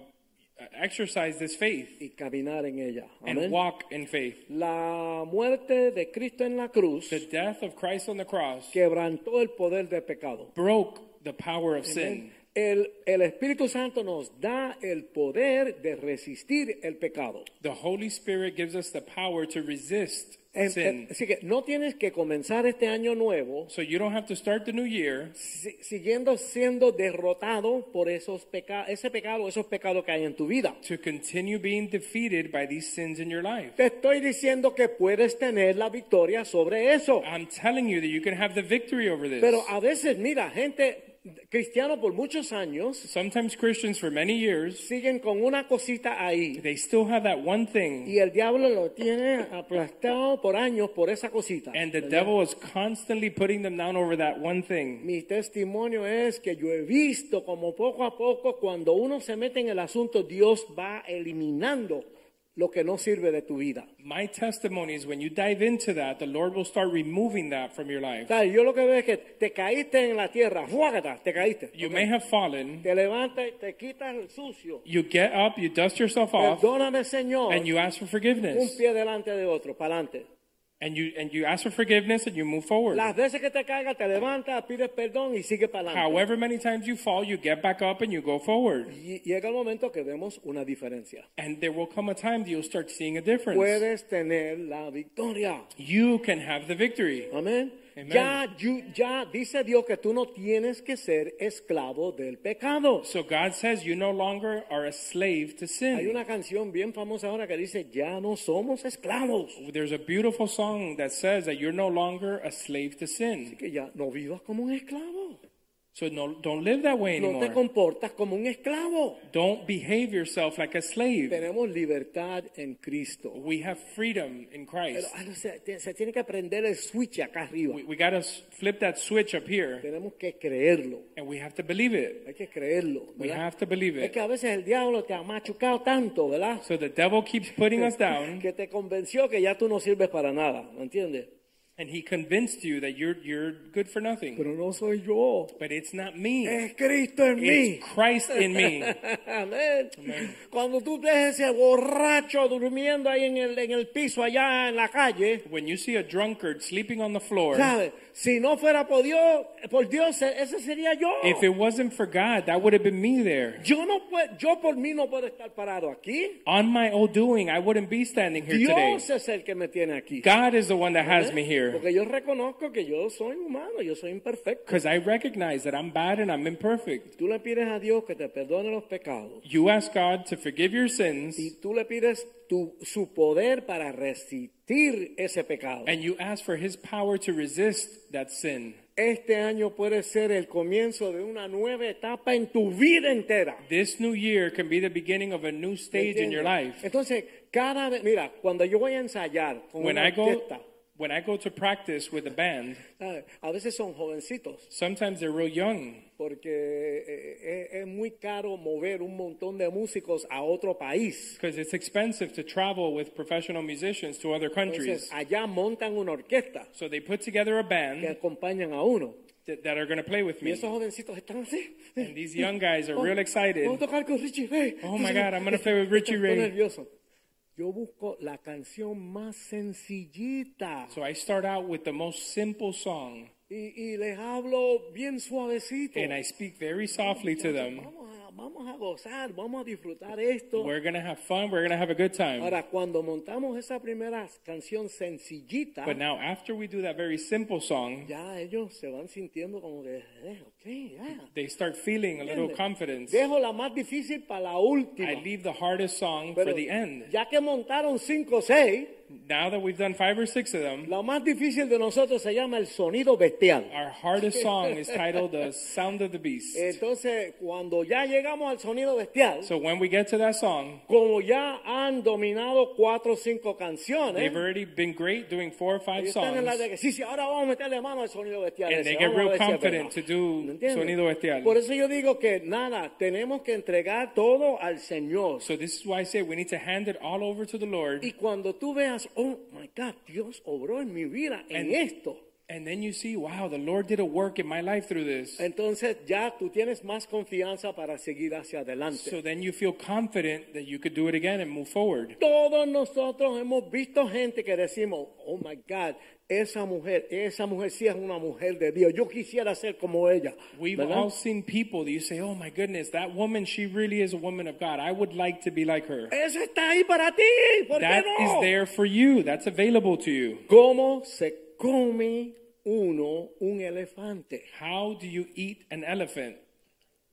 C: exercise this faith
A: y caminar en ella.
C: and
A: Amén.
C: walk in faith.
A: La muerte de Cristo en la cruz
C: The death of Christ on the cross
A: quebrantó el poder del pecado.
C: broke the power of sin.
A: El, el Espíritu Santo nos da el poder de resistir el pecado.
C: The Holy Spirit gives us the power to resist
A: Em- em,
C: sin.
A: Así que no tienes que comenzar este año nuevo
C: So you don't have to start the new year
A: si- siguiendo siendo derrotado por esos peca- ese pecado, esos pecados que hay en tu vida.
C: to continue being defeated by these sins in your life.
A: Te estoy diciendo que puedes tener la victoria sobre eso.
C: I'm telling you that you can have the victory over this.
A: Pero a veces, mira, gente cristiano por muchos años
C: Sometimes Christians for many years,
A: siguen con una cosita ahí
C: they still have that one thing
A: y el diablo lo tiene aplastado por años por esa cosita.
C: and the devil is constantly putting them down over that one thing.
A: Mi testimonio es que yo he visto como poco a poco cuando uno se mete en el asunto, Dios va eliminando lo que no sirve de tu vida.
C: My testimony is when you dive into that, the Lord will start removing that from your life.
A: O sea, yo lo que veo es que te caíste en la tierra, ¡fuágata! Te caíste.
C: You
A: Ok.
C: may have fallen,
A: Te levantas y te quitas el sucio.
C: you get up, you dust yourself off,
A: Perdóname, Señor.
C: and you ask for
A: Un
C: forgiveness.
A: pie delante de otro, para adelante.
C: And you and you ask for forgiveness and you move forward.
A: Las veces que te caigas, te levantas, pides perdón y sigue para adelante.
C: However many times you fall, you get back up and you go forward.
A: Y llega el momento que vemos una diferencia.
C: And there will come a time that you'll start seeing a difference.
A: Puedes tener la victoria.
C: You can have the victory.
A: Amén.
C: Amen.
A: Ya, you- ya dice Dios que tú no tienes que ser esclavo del pecado.
C: So God says you no longer are a slave to
A: Hay
C: sin.
A: una canción bien famosa ahora que dice, ya no somos esclavos.
C: There's a beautiful song that says that you're no longer a slave to sin.
A: Que ya no vivas como un esclavo.
C: So no, don't live that way
A: No te
C: anymore.
A: comportas como un esclavo.
C: Don't behave yourself like a slave.
A: Tenemos libertad en Cristo.
C: We have freedom in Christ.
A: Pero, ah, no, se, se tiene que aprender el switch acá arriba.
C: We, we got to flip that switch up here,
A: Tenemos que creerlo.
C: and we have to believe it.
A: Hay que creerlo.
C: We
A: ¿verdad?
C: have to believe
A: Es que
C: it.
A: a veces el diablo te ha machucado tanto, ¿verdad?
C: So the devil keeps putting us down,
A: que te convenció que ya tú no sirves para nada, ¿me entiendes?
C: and he convinced you that you're you're good for nothing.
A: Pero no soy yo.
C: But it's not me.
A: Es Cristo en mí.
C: It's Christ in me.
A: Amén. Cuando tú dejes ese borracho durmiendo ahí en el, en el piso, allá en la calle,
C: When you see a drunkard sleeping on the floor,
A: ¿sabes? Si no fuera por Dios, por Dios e- ese sería yo.
C: if it wasn't for God, that would have been me there.
A: Yo no puedo, yo por mí no puedo estar parado aquí.
C: On my own doing, I wouldn't be standing here today.
A: Dios es el que me tiene aquí.
C: God is the one that has
A: ¿Eh?
C: me here.
A: Porque yo reconozco que yo soy humano, yo soy imperfecto.
C: Because I recognize that I'm bad and I'm imperfect.
A: Tú le pides a Dios que te perdone los pecados.
C: You ask God to forgive your sins,
A: Y tú le pides tu, su poder para resistir ese pecado.
C: and you ask for His power to resist that sin.
A: Este año puede ser el comienzo de una nueva etapa en tu vida entera.
C: This new year can be the beginning of a new stage in your life.
A: Entonces, cada vez, mira, cuando yo voy a ensayar con
C: When
A: una
C: I go,
A: orquesta,
C: when I go to practice with a band,
A: ¿sabes? a veces son jovencitos,
C: sometimes they're real young
A: porque eh, eh, es muy caro mover un montón de músicos a otro país.
C: because it's expensive to travel with professional musicians to other
A: Entonces,
C: countries.
A: allá montan una orquesta
C: So they put together a
A: que
C: band
A: acompañan a uno.
C: that, that are going to play with
A: Y
C: me.
A: esos jovencitos están así. Oh,
C: And these young guys are real excited.
A: Vamos a tocar con Richie Ray.
C: Oh my God, I'm gonna play with Richie
A: Estoy
C: Ray.
A: nervioso. Yo busco la canción más sencillita
C: So I start out with the most simple song,
A: y, y les hablo bien suavecito.
C: and I speak very softly to them.
A: Vamos a, vamos a gozar, vamos a disfrutar esto.
C: We're going to have fun. We're going to have a good time.
A: Ahora, cuando montamos esa primera canción sencillita,
C: But now, after we do that very simple song,
A: ya ellos se van sintiendo como que, eh, ok, ya.
C: they start feeling a little confidence.
A: Dejo la más difícil para la última.
C: I leave the hardest song
A: Pero
C: for the end.
A: ya que montaron cinco o seis,
C: Now that we've done five or six of them,
A: la más difícil de nosotros se llama el sonido bestial.
C: our hardest song is titled The Sound of the Beast.
A: Eh, Entonces, cuando ya llegamos al sonido bestial,
C: So when we get to that song,
A: como ya han dominado cuatro o cinco canciones,
C: they've already been great doing four or five
A: ellos están en la
C: songs.
A: de que sí, sí, ahora vamos a meterle mano al sonido bestial.
C: And
A: ese,
C: they get
A: vamos a
C: real
A: ver si es
C: confident
A: verdad.
C: to do
A: ¿Me entiendes?
C: sonido bestial.
A: Por eso yo digo que nada, tenemos que entregar todo al Señor.
C: So this is why I say we need to hand it all over to the Lord.
A: y cuando tú veas, oh my God, Dios obró en mi vida en
C: And-
A: esto,
C: And then you see, wow, the Lord did a work in my life through this.
A: entonces ya tú tienes más confianza para seguir hacia adelante.
C: So then you feel confident that you could do it again and move forward.
A: Todos nosotros hemos visto gente que decimos, oh my God, esa mujer, esa mujer sí es una mujer de Dios. Yo quisiera ser como ella.
C: We've
A: ¿Verdad?
C: all seen people that you say, oh my goodness, that woman, she really is a woman of God. I would like to be like her.
A: Eso está ahí para ti. ¿Por
C: That
A: qué
C: is
A: no?
C: there for you. That's available to you.
A: ¿Cómo se come uno un elefante?
C: How do you eat an elephant?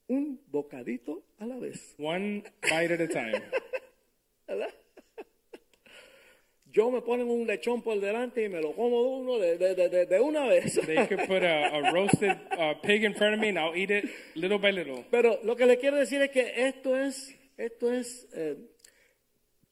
A: Un bocadito a la vez.
C: One bite at a time.
A: ¿Verdad? Yo me ponen un lechón por delante y me lo como de uno de, de- de- de- de una vez.
C: They could put a, a roasted uh, pig in front of me and I'll eat it little by little.
A: Pero lo que le quiero decir es que esto es, esto es eh,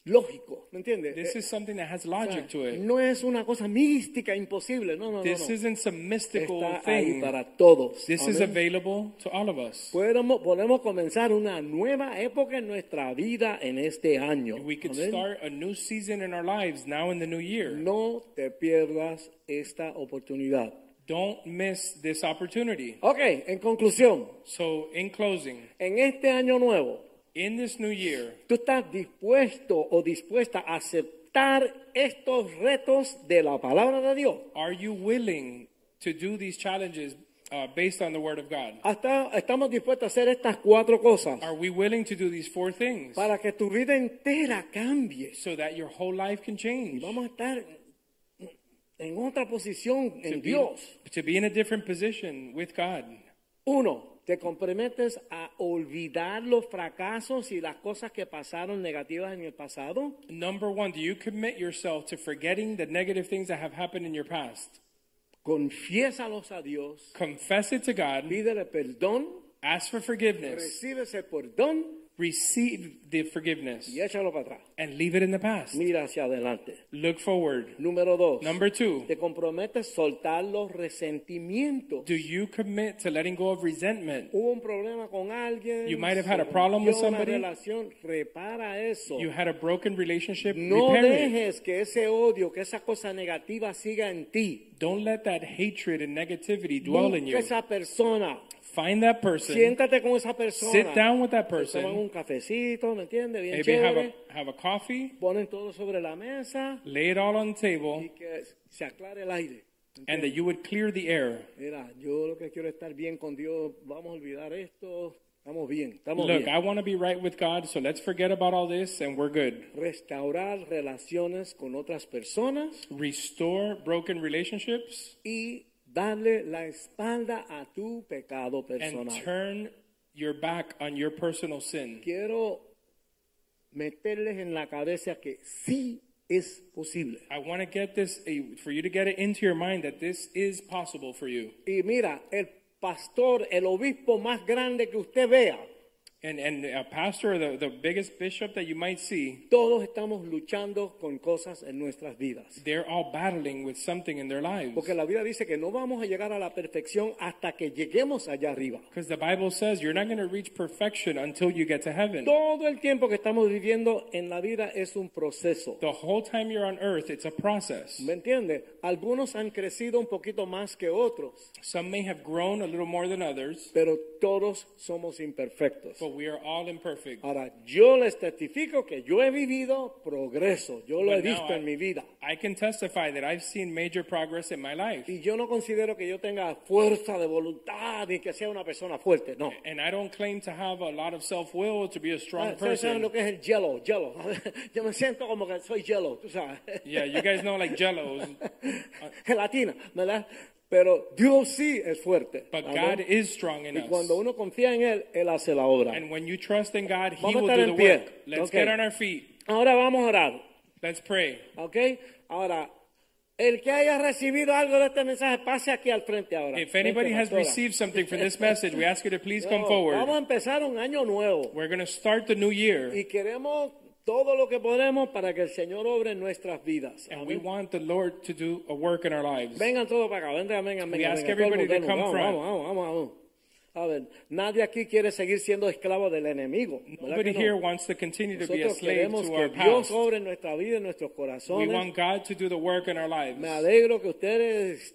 A: lógico, ¿me entiendes?
C: This
A: Eh,
C: is something that has
A: o sea,
C: logic to it.
A: No es una cosa mística, imposible, no, no, no,
C: This
A: no.
C: isn't some mystical
A: Está ahí
C: thing.
A: para todos.
C: This is
A: Amén.
C: available to all of us.
A: Podemos, podemos comenzar una nueva época en nuestra vida en este año.
C: We could
A: Amén.
C: start a new season in our lives now in the new year.
A: No te pierdas esta oportunidad.
C: Don't miss this opportunity.
A: Ok, en conclusión,
C: So, in closing,
A: en este año nuevo,
C: in this new year,
A: ¿tú estás dispuesto o dispuesta a aceptar estos retos de la palabra de Dios?
C: are you willing to do these challenges uh, based on the Word of God?
A: Hasta estamos dispuestos a hacer estas cuatro cosas
C: Are we willing to do these four things
A: para que tu vida entera cambie.
C: so that your whole life can
A: Y
C: change?
A: vamos a estar en otra posición
C: To
A: en
C: be-
A: Dios.
C: to be in a different position with God.
A: Uno, te comprometes a olvidar los fracasos y las cosas que pasaron negativas en el pasado.
C: Number one, do you commit yourself to forgetting the negative things that have happened in your past?
A: Confiésalos a Dios,
C: Confess it to God.
A: pídele perdón,
C: Ask for forgiveness.
A: recibe ese perdón
C: Receive the forgiveness.
A: y échalo para atrás.
C: And leave it in the past.
A: Mira hacia adelante.
C: Look forward.
A: Número dos.
C: Number two.
A: Te comprometes a soltar los resentimientos.
C: Do you commit to letting go of resentment?
A: Hubo un problema con alguien.
C: You might have had a
A: se
C: problem with
A: rompió una
C: somebody.
A: relación, repara eso.
C: You had a broken relationship?
A: no
C: Repair it.
A: dejes que ese odio, que esa cosa negativa siga en ti.
C: Don't let that hatred and negativity dwell in
A: Busca
C: you.
A: esa persona.
C: Find that person.
A: Siéntate con esa persona.
C: Sit down with that
A: Se toman un
C: person.
A: cafecito, ¿me entiendes? Bien
C: Maybe have
A: chévere.
C: a, have a coffee.
A: Ponen todo sobre la mesa
C: Lay it all on the table.
A: y que se aclare el aire.
C: And that you would clear the air.
A: Mira, yo lo que quiero es estar bien con Dios. Vamos a olvidar esto. Estamos bien, estamos
C: Look,
A: bien.
C: I want to be right with God, so let's forget about all this and we're good.
A: Restaurar relaciones con otras personas.
C: Restore broken relationships
A: y darle la espalda a tu pecado
C: and
A: personal.
C: turn your back on your personal sin.
A: Quiero meterles en la cabeza que sí es posible.
C: I want to get this eh, for you to get it into your mind that this is possible for you.
A: Y mira, el pastor, el obispo más grande que usted vea,
C: And and a pastor, the, the biggest bishop that you might see,
A: todos estamos luchando con cosas en nuestras vidas.
C: they're all battling with something in their lives.
A: Porque la vida dice que no vamos a llegar a la perfección hasta que lleguemos allá arriba.
C: Because the Bible says you're not going to reach perfection until you get to heaven.
A: Todo el tiempo que estamos viviendo en la vida es un proceso.
C: The whole time you're on earth, it's a process.
A: ¿Me entiendes? Algunos han crecido un poquito más que otros.
C: Some may have grown a little more than others,
A: pero todos somos imperfectos.
C: but we are all imperfect.
A: Ahora, yo les testifico que yo he vivido progreso, yo lo he
C: But now
A: visto en mi vida.
C: I can testify that I've seen major progress in my life.
A: Y yo no considero que yo tenga fuerza de voluntad y que sea una persona fuerte, no.
C: And I don't claim to have a lot of self will to be a
A: Ah,
C: strong
A: ¿Ustedes saben
C: person.
A: lo que es el yellow? Yellow. Yo me siento como que soy yellow, tú sabes.
C: Yeah, you guys know like Jellos.
A: Gelatina, ¿verdad? Pero Dios sí es fuerte.
C: But
A: Amén.
C: God is strong in
A: Ah, y cuando
C: us.
A: uno confía en Él, Él hace la obra.
C: And when you trust in God, He
A: Vamos a
C: will
A: estar
C: do
A: en
C: the
A: pie.
C: work. Let's
A: Okay.
C: get on our feet.
A: Ahora vamos a orar.
C: Let's pray.
A: ¿Ok? Ahora, el que haya recibido algo de este mensaje, pase aquí al frente ahora.
C: If anybody
A: Vente,
C: has
A: pastora.
C: received something from this message, we ask you to please come
A: No, Vamos a
C: forward.
A: empezar un año nuevo
C: We're going to start the new year,
A: y queremos todo lo que podemos para que el Señor obre en nuestras vidas.
C: and
A: Amén.
C: we want the Lord to do a work in our lives.
A: Vengan todos para acá, vengan, vengan,
C: We
A: vengan.
C: ask
A: vengan, todo el
C: everybody to
A: mundo,
C: come
A: vamos,
C: front.
A: vamos, vamos, vamos, vamos. A ver, nadie aquí quiere seguir siendo esclavo del enemigo. ¿verdad que
C: Nobody
A: no?
C: here wants to continue to be a
A: Nosotros
C: slave
A: queremos
C: to our
A: que Dios
C: past.
A: obre en nuestra vida, en nuestros
C: We
A: corazones.
C: want God to do the work in our lives.
A: Me alegro que ustedes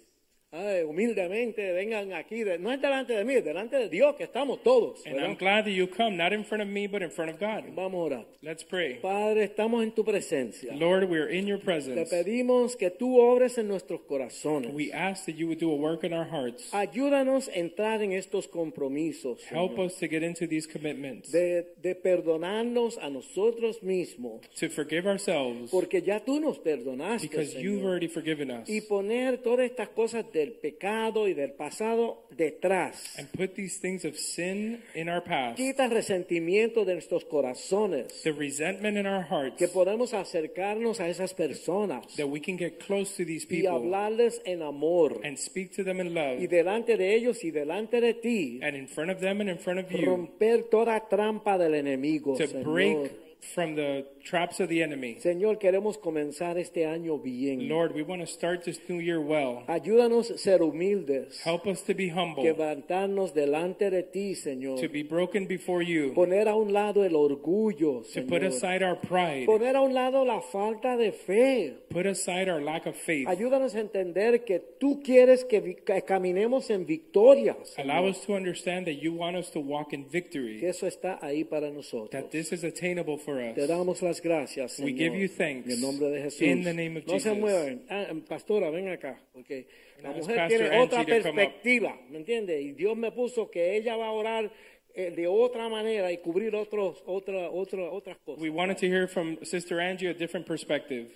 A: ay, humildemente vengan aquí, de- no es delante de mí, es delante de Dios que estamos todos.
C: And
A: ¿verdad?
C: I'm glad that you come, not in front of me, but in front of God.
A: Vamos a orar.
C: Let's pray.
A: Padre, estamos en tu presencia.
C: Lord, we are in your
A: Te
C: presence.
A: pedimos que tú obres en nuestros corazones.
C: We ask that you would do a work in our hearts.
A: Ayúdanos a entrar en estos compromisos.
C: Help
A: Señor,
C: us to get into these commitments,
A: de, de perdonarnos a nosotros mismos,
C: to forgive ourselves,
A: porque ya tú nos perdonaste.
C: because you've
A: Señor.
C: already forgiven us.
A: y poner todas estas cosas del pecado y del pasado detrás.
C: And put these things of sin in our past,
A: Quita el resentimiento de nuestros corazones.
C: the resentment in our hearts,
A: Que podamos acercarnos a esas personas
C: that we can get close to these
A: y
C: people
A: hablarles en amor.
C: and speak to them in love,
A: Y delante de ellos y delante de ti,
C: and in front of them and in front of you,
A: romper toda trampa del enemigo.
C: to
A: Señor.
C: break from the traps of the enemy.
A: Señor, queremos comenzar este año bien.
C: Lord, we want to start this new year well.
A: Ayúdanos a ser humildes,
C: Help us to be humble,
A: quebrantarnos delante de ti, Señor.
C: to be broken before you,
A: Poner a un lado el orgullo,
C: to put
A: Señor.
C: aside our pride,
A: Poner a un lado la falta de fe.
C: put aside our lack of faith.
A: Ayúdanos a entender que tú quieres que, vi- que caminemos en victoria. Señor.
C: Allow us to understand that you want us to walk in
A: Que
C: victory,
A: eso está ahí para nosotros.
C: that this is attainable for us.
A: Te damos las gracias, Señor.
C: We give you thanks.
A: En el nombre de Jesús.
C: In the name of
A: no se
C: Jesus.
A: muevan. Ah, em, pastora, ven acá. Porque la
C: Now ask
A: mujer
C: Pastor
A: tiene
C: Angie
A: otra
C: to come up.
A: perspectiva. ¿Me entiendes? Y Dios me puso que ella va a orar eh, de otra manera y cubrir otros, otra, otra, otras cosas.
C: We wanted to hear from Sister Angie a different perspective.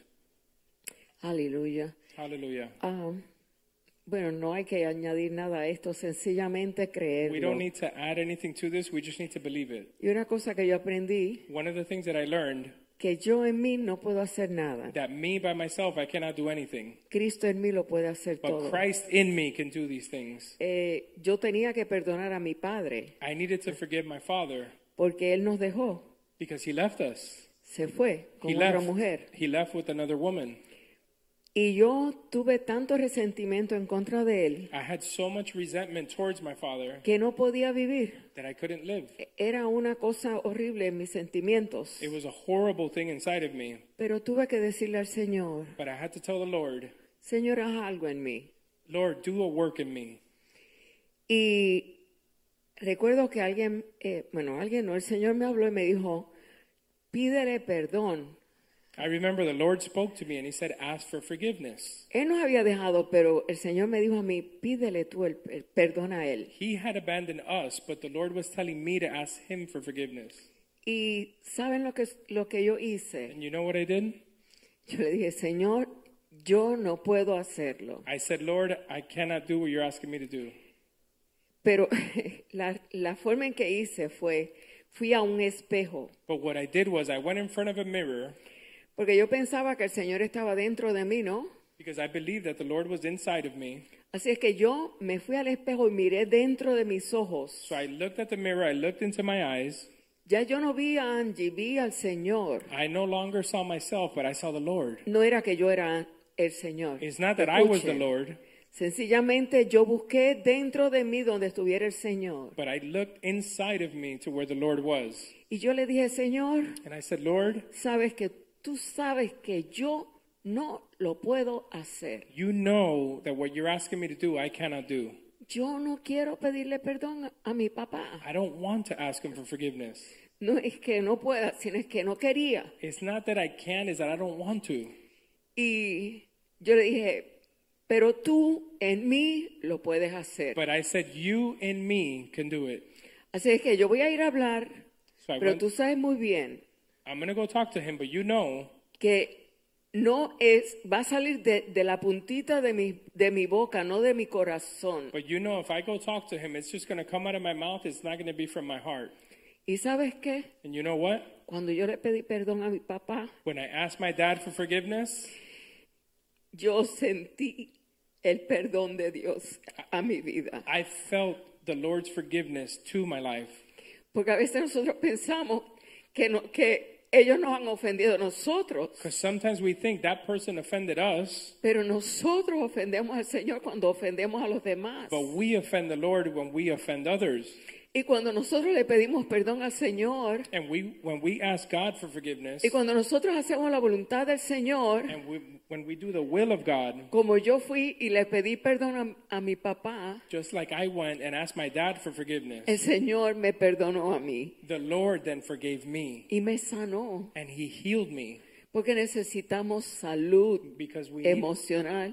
B: Aleluya.
C: Hallelujah.
B: Ah, bueno, no hay que añadir nada a esto, sencillamente
C: We don't
B: creerlo.
C: need to add anything to this, we just need to believe it.
B: Y una cosa que yo aprendí,
C: One of the things that I learned
B: que yo en mí no puedo hacer nada.
C: that me by myself I cannot do anything,
B: Cristo en mí lo puede hacer
C: but
B: todo.
C: Christ in me can do these things.
B: Eh, yo tenía que perdonar a mi padre
C: I needed to forgive my father
B: porque él nos dejó,
C: because he left us.
B: se fue con
C: He
B: otra
C: left.
B: mujer.
C: He left with another woman.
B: Y yo tuve tanto resentimiento en contra de él
C: I had so much resentment towards my father
B: que no podía vivir.
C: that I couldn't live.
B: Era una cosa horrible en mis sentimientos.
C: It was a horrible thing inside of me,
B: Pero tuve que decirle al Señor,
C: but I had to tell the Lord,
B: Señor, haz algo en mí.
C: Lord, do a work in me.
B: Y recuerdo que alguien, eh, bueno, alguien no, el Señor me habló y me dijo, pídele perdón.
C: I remember the Lord spoke to me and he said, Ask for forgiveness.
B: Él nos había dejado, pero el Señor me dijo a mí, pídele tú el, el perdón a él.
C: He had abandoned us, but the Lord was telling me to ask him for forgiveness.
B: Y ¿saben lo que, lo que yo hice?
C: And you know what I did?
B: Yo le dije, Señor, yo no puedo hacerlo.
C: I said, Lord, I cannot do what you're asking me to do.
B: Pero la, la forma en que hice fue, fui a un espejo,
C: But what I did was I went in front of a mirror
B: porque yo pensaba que el Señor estaba dentro de mí, ¿no?
C: because I believed that the Lord was inside of me.
B: Así es que yo me fui al espejo y miré dentro de mis ojos.
C: So I looked at the mirror, I looked into my eyes.
B: Ya yo no vi a Angie, vi al Señor.
C: I no longer saw myself, but I saw the Lord.
B: No era que yo era el Señor.
C: It's not that I was the
B: Escuchen.
C: Lord,
B: Sencillamente yo busqué dentro de mí donde estuviera el Señor.
C: but I looked inside of me to where the Lord was.
B: Y yo le dije, Señor,
C: And I said, Lord,
B: sabes que tú sabes que yo no lo puedo hacer.
C: you know that what you're asking me to do, I cannot do.
B: Yo no quiero pedirle perdón a, a mi papá.
C: I don't want to ask him for forgiveness.
B: No es que no pueda, sino es que no quería.
C: It's not that I can't, it's that I don't want to.
B: Y yo le dije, pero tú en mí lo puedes hacer.
C: But I said, You and me can do it.
B: Así es que yo voy a ir a hablar,
C: So I
B: pero
C: went,
B: tú sabes muy bien
C: I'm going to go talk to him, but you know
B: que no es, va a salir de, de la puntita de mi, de mi boca, no de mi corazón.
C: But you know, if I go talk to him, it's just going to come out of my mouth. It's not going to be from my heart.
B: Y sabes qué?
C: And you know what?
B: Cuando yo le pedí perdón a mi papá,
C: When I asked my dad for forgiveness,
B: yo sentí el perdón de Dios a, a mi vida.
C: I felt the Lord's forgiveness to my life.
B: Porque a veces nosotros pensamos que, no, que ellos nos han ofendido a nosotros,
C: Because sometimes we think that person offended us,
B: pero nosotros ofendemos al Señor cuando ofendemos a los demás.
C: but we offend the Lord when we offend others.
B: Y cuando nosotros le pedimos perdón al Señor,
C: And we, when we ask God for forgiveness,
B: Y cuando nosotros hacemos la voluntad del Señor,
C: and we, when we do the will of God,
B: como yo fui y le pedí perdón a, a mi papá,
C: just like I went and asked my dad for forgiveness,
B: el Señor me perdonó a mí
C: the Lord then forgave me
B: y me sanó,
C: and he healed me
B: porque necesitamos salud
C: because we need
B: emocional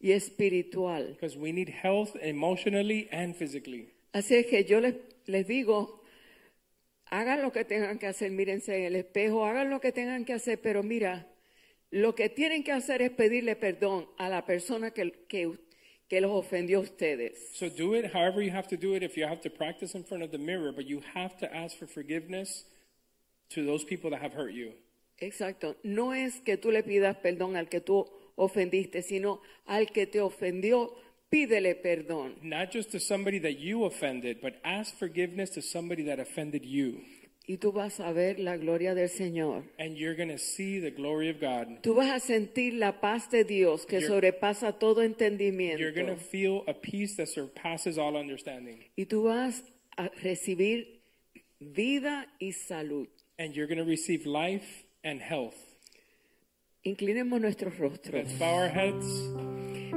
B: y espiritual.
C: because we need health emotionally and physically.
B: Así es que yo les, les digo, hagan lo que tengan que hacer, mírense en el espejo, hagan lo que tengan que hacer, pero mira, lo que tienen que hacer es pedirle perdón a la persona que, que, que los ofendió a ustedes.
C: So do it however you have to do it. If you have to practice in front of the mirror, but you have to ask for forgiveness to those people that have hurt you.
B: Exacto. No es que tú le pidas perdón al que tú ofendiste, sino al que te ofendió, pídele perdón.
C: Not just to somebody that you offended, but ask forgiveness to somebody that offended you.
B: Y tú vas a ver la gloria del Señor.
C: And you're going to see the glory of God.
B: Tú vas a sentir la paz de Dios que
C: You're-
B: sobrepasa todo
C: You're going to
B: entendimiento.
C: feel a peace that surpasses all understanding.
B: Y tú vas a recibir vida y salud.
C: And you're going to receive life and health.
B: Inclinemos nuestros rostros.
C: Let's bow our heads.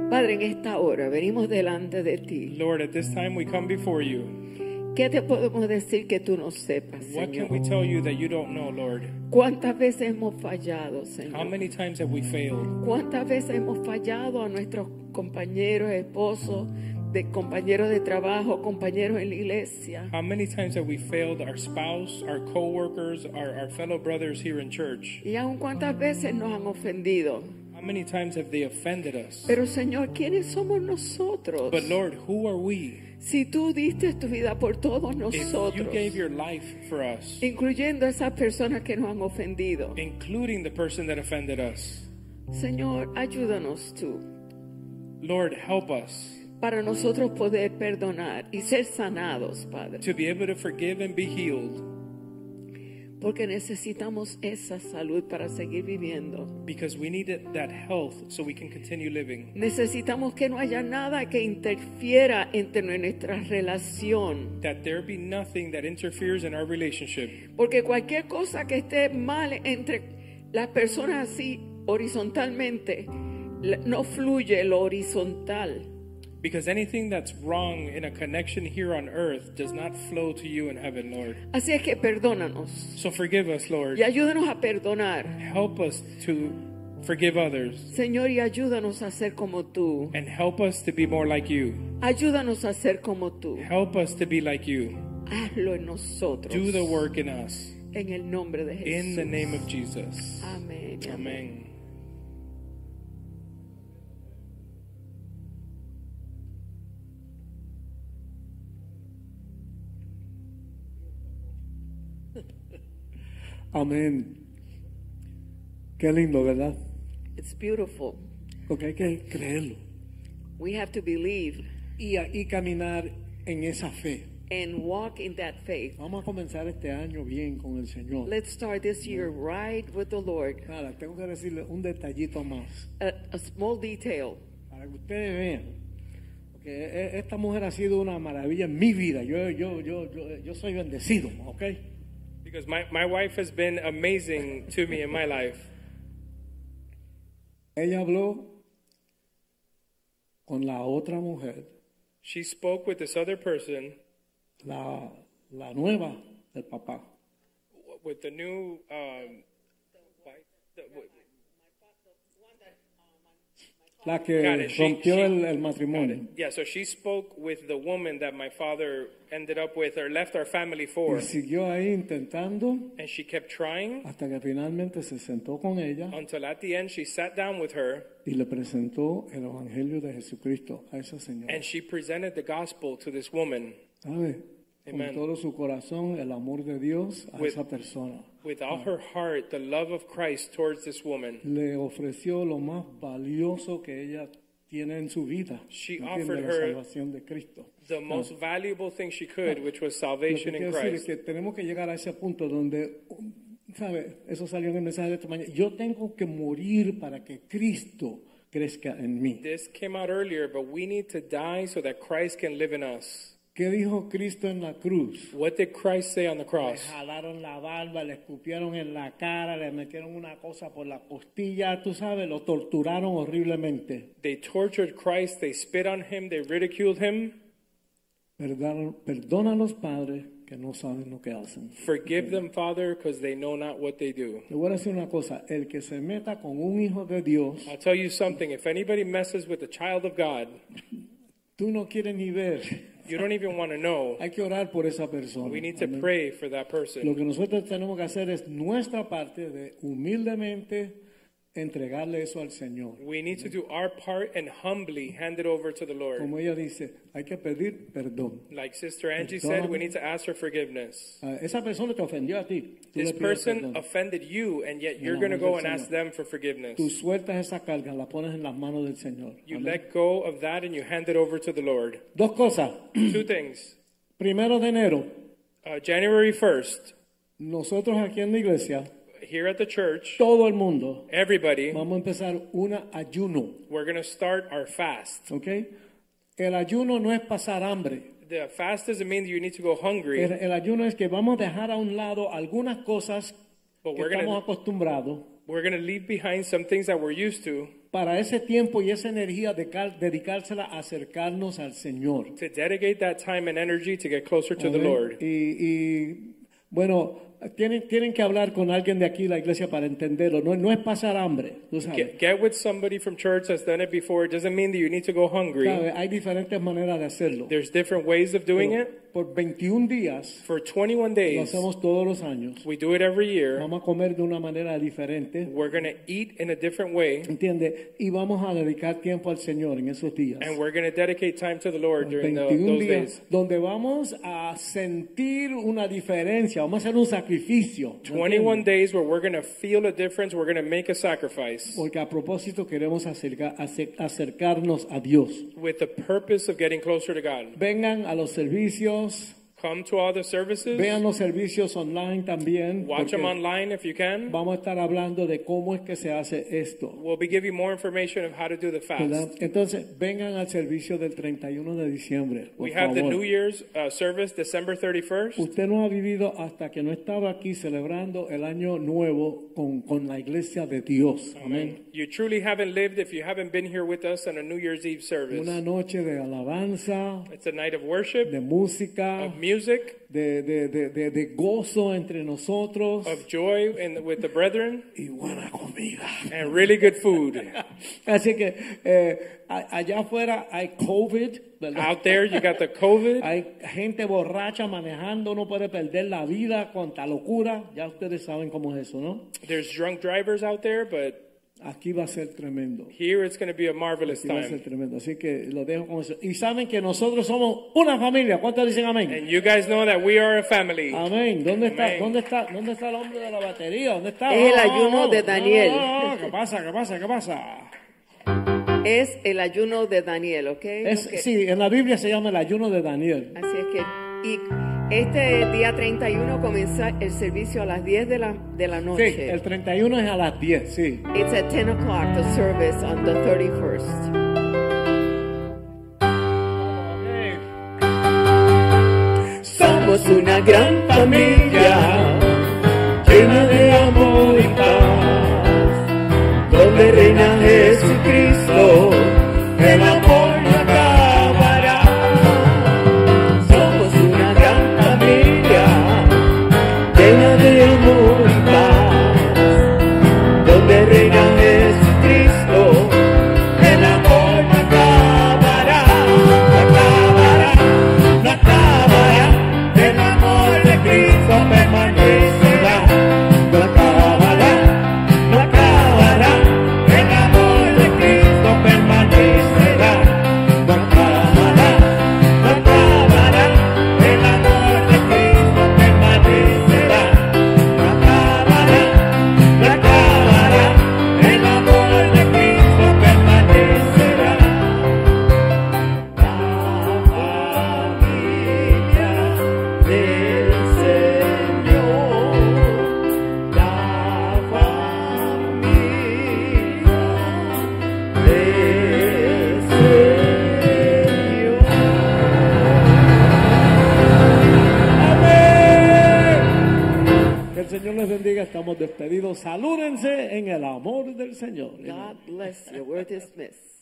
B: Padre, en esta hora venimos delante de ti.
C: Lord, at this time we come before you.
B: ¿Qué te podemos decir que tú no sepas,
C: What can
B: Señor?
C: we tell you that you don't know, Lord?
B: ¿Cuántas veces hemos fallado, Señor?
C: How many times have we failed?
B: ¿Cuántas veces hemos fallado a nuestros compañeros, esposos, de compañeros de trabajo, compañeros en la iglesia?
C: How many times have we failed our spouse, our co-workers, our, our fellow brothers here in church?
B: Y aún cuántas veces nos han ofendido.
C: How How many times have they offended us?
B: Pero Señor, ¿quiénes somos nosotros?
C: But Lord, who are we?
B: si tú diste tu vida por todos
C: If you
B: nosotros,
C: gave your life for us,
B: incluyendo a esas personas que nos han ofendido,
C: including the person that offended us,
B: Señor, ayúdanos tú
C: Lord, help us
B: para nosotros poder perdonar y ser sanados, Padre,
C: to be able to forgive and be healed
B: porque necesitamos esa salud para seguir viviendo.
C: because we need it- that health so we can continue living.
B: Necesitamos que no haya nada que interfiera entre nuestra relación,
C: That there be nothing that interferes in our relationship.
B: porque cualquier cosa que esté mal entre las personas así horizontalmente, la- no fluye lo horizontal.
C: Because anything that's wrong in a connection here on earth does not flow to you in heaven, Lord.
B: Así es que perdónanos
C: So forgive us, Lord.
B: y ayúdanos a perdonar,
C: Help us to forgive others
B: Señor, y ayúdanos a ser como tú.
C: and help us to be more like you.
B: Ayúdanos a ser como tú.
C: Help us to be like you.
B: Hazlo en nosotros.
C: Do the work in us.
B: En el nombre de Jesús.
C: In the name of Jesus.
B: Amén.
C: Amen.
A: Amén. Qué lindo, ¿verdad?
B: It's beautiful.
A: Porque hay que creerlo.
B: We have to believe
A: Y, y caminar en esa fe.
B: and walk in that faith.
A: Vamos a comenzar este año bien con el Señor.
B: Let's start this year right with the Lord.
A: Ahora, tengo que decirle un detallito más.
B: A, a small detail.
A: Para que ustedes vean. Porque e- esta mujer ha sido una maravilla en mi vida. Yo, yo, yo, yo, yo soy bendecido, ¿ok?
C: Because my, my wife has been amazing to me in my life.
A: Ella habló con la otra mujer,
C: She spoke with this other person,
A: la, la nueva del papá.
C: w- with the new. Um, wife- the- w-
A: La que
C: Got it. She-
A: rompió
C: she-
A: el, el matrimonio.
C: yeah, so she spoke with the woman that my father ended up with or left our family for.
A: Y siguió ahí intentando
C: And she kept trying
A: hasta que finalmente se sentó con ella
C: until at the end she sat down with her
A: y le presentó el Evangelio de Jesucristo a esa señora.
C: and she presented the gospel to this woman
A: ¿Sabe? Con
C: Amen.
A: todo su corazón, el amor de Dios a
C: With-
A: esa persona.
C: with all her heart, the love of Christ towards this woman.
A: Le ofreció lo más valioso que ella tiene en su vida.
C: She
A: ¿entiende?
C: offered
A: la
C: her
A: salvación de Cristo.
C: The most valuable thing she could, which was
A: Oh. Lo que
C: salvation
A: quiero
C: in
A: decir es
C: Christ.
A: que tenemos que llegar a ese punto donde, ¿sabe? Eso salió en el mensaje de esta mañana. Yo tengo que morir para que Cristo crezca en mí.
C: This came out earlier, but we need to die so that Christ can live in us.
A: ¿Qué dijo Cristo en la cruz?
C: What did Christ say on the
A: Le
C: cross?
A: jalaron la barba, le escupieron en la cara, le metieron una cosa por la costilla, tú sabes, lo torturaron horriblemente.
C: They tortured Christ, they spit on him, they ridiculed him.
A: Perdón, perdona a los padres que no saben lo que hacen.
C: Forgive them, Father, because they know not what they do.
A: Te voy a decir una cosa, el que se meta con un hijo de Dios,
C: I'll tell you something if anybody messes with the child of God,
A: tú no quieres ni ver.
C: you don't even want to know.
A: Hay que orar por esa persona.
C: We need to
A: Amén.
C: pray for that
A: Lo
C: person.
A: que nosotros tenemos que hacer es nuestra parte de humildemente entregarle eso al Señor.
C: We need to do our part and humbly hand it over to the Lord.
A: Como ella dice, hay que pedir perdón.
C: Like Sister Angie said, we need to ask for forgiveness.
A: Ah, Esa persona te ofendió a ti. Tú
C: This
A: le pides
C: person
A: perdón.
C: offended you, and yet you're
A: En
C: going to
A: amor
C: go
A: del
C: and ask
A: Señor.
C: them for forgiveness.
A: Tú sueltas esa carga, la pones en las manos del Señor.
C: You
A: Amén.
C: let go of that and you hand it over to the Lord.
A: Dos cosas.
C: Two things.
A: Primero de enero,
C: Uh, January 1st,
A: nosotros aquí en la iglesia,
C: here at the church,
A: todo el mundo,
C: everybody,
A: vamos a empezar un ayuno.
C: we're going to start our fast.
A: ¿Ok? El ayuno no es pasar hambre.
C: The fast doesn't mean that you need to go hungry,
A: El, el ayuno es que vamos a dejar a un lado algunas cosas
C: but
A: que
C: we're going
A: estamos
C: to
A: acostumbrados
C: we're going to leave behind some things that we're used to
A: para ese tiempo y esa energía de cal- dedicársela a acercarnos al Señor.
C: to dedicate that time and energy to get closer to the
A: Amén.
C: Lord.
A: Y, y, bueno, Tienen, tienen que hablar con alguien de aquí, la iglesia, para entenderlo. No, no es pasar hambre, tú sabes.
C: Get, get with somebody from church that's done it before. It doesn't mean that you need to go hungry.
A: ¿Sabe? Hay diferentes maneras de hacerlo.
C: There's different ways of doing
A: Pero
C: it.
A: por 21 días,
C: For 21
A: lo
C: days,
A: hacemos todos los años.
C: we do it every year.
A: Vamos a comer de una manera diferente,
C: We're going to eat in a different way,
A: ¿entiendes? Y vamos a dedicar tiempo al Señor en esos días.
C: and we're going to dedicate time to the Lord during the,
A: 21
C: those
A: días
C: days.
A: donde vamos a sentir una diferencia, vamos a hacer un sacrificio. ¿me
C: 21
A: entiendes?
C: days where we're going to feel a difference. We're going to make a sacrifice
A: Porque a propósito queremos acerca- ace- acercarnos a Dios.
C: with the purpose of getting closer to God.
A: Vengan a los servicios,
C: Come to all the services.
A: vean los servicios online también.
C: Watch them
A: porque
C: online if you can.
A: Vamos a estar hablando de cómo es que se hace esto.
C: We'll be giving more information of how to do the
A: ¿verdad?
C: fast.
A: Entonces, vengan al servicio del 31 de diciembre. por
C: We have the
A: favor.
C: New Year's uh, service December 31st.
A: Usted no ha vivido hasta que no estaba aquí celebrando el año nuevo con, con la iglesia de Dios. Amén.
C: You truly haven't lived if you haven't been here with us on a New Year's Eve
A: Una
C: service.
A: noche de alabanza,
C: It's a night of worship,
A: de música,
C: of music,
A: de, de, de, de- de gozo entre nosotros
C: of joy and with the brethren,
A: y buena comida.
C: and really good food.
A: Así que eh, a- allá afuera hay COVID, ¿verdad?
C: Out there, you got the COVID.
A: Hay gente borracha manejando, no puede perder la vida, cuanta locura. Ya ustedes saben cómo es eso, ¿no?
C: There's drunk drivers out there, but
A: Aquí va a ser tremendo.
C: here it's going to be a marvelous
A: Aquí va a ser
C: time.
A: tremendo. Así que lo dejo con eso. Y saben que nosotros somos una familia. ¿Cuántos dicen amén?
C: And you guys know that we are a family.
A: Amén. ¿Dónde está,
C: Amén.
A: dónde está, dónde está el hombre de la batería? ¿Dónde está?
B: Es el ayuno de
A: No,
B: Daniel.
A: no, no, ¿Qué pasa? ¿Qué pasa? ¿Qué pasa?
B: Es el ayuno de Daniel, ¿ok?
A: Es-
B: Ok.
A: Sí, en la Biblia se llama el ayuno de Daniel.
B: Así es que y este día 31 comienza el servicio a las 10 de la, de la
A: Sí,
B: noche.
A: el 31 es a las 10, sí.
B: It's at 10 o'clock, the service on the 31st.
A: Somos una gran familia, llena de amor y paz, donde reina Jesucristo, el amor no acabará. Somos una gran familia, llena de amor y paz, donde reina Jesucristo, el amor no acabará, no acabará, no acabará, el amor de Cristo permanecerá, no acabará, no acabará, el amor de Cristo permanecerá, no acabará, no acabará, el amor de Cristo permanecerá, no acabará, no acabará, el amor de Cristo permanecerá. La familia del Señor, la familia del Señor. Amén. Que el Señor les bendiga, estamos despedidos. Salúdense en el amor del Señor.
B: God bless you. We're dismissed.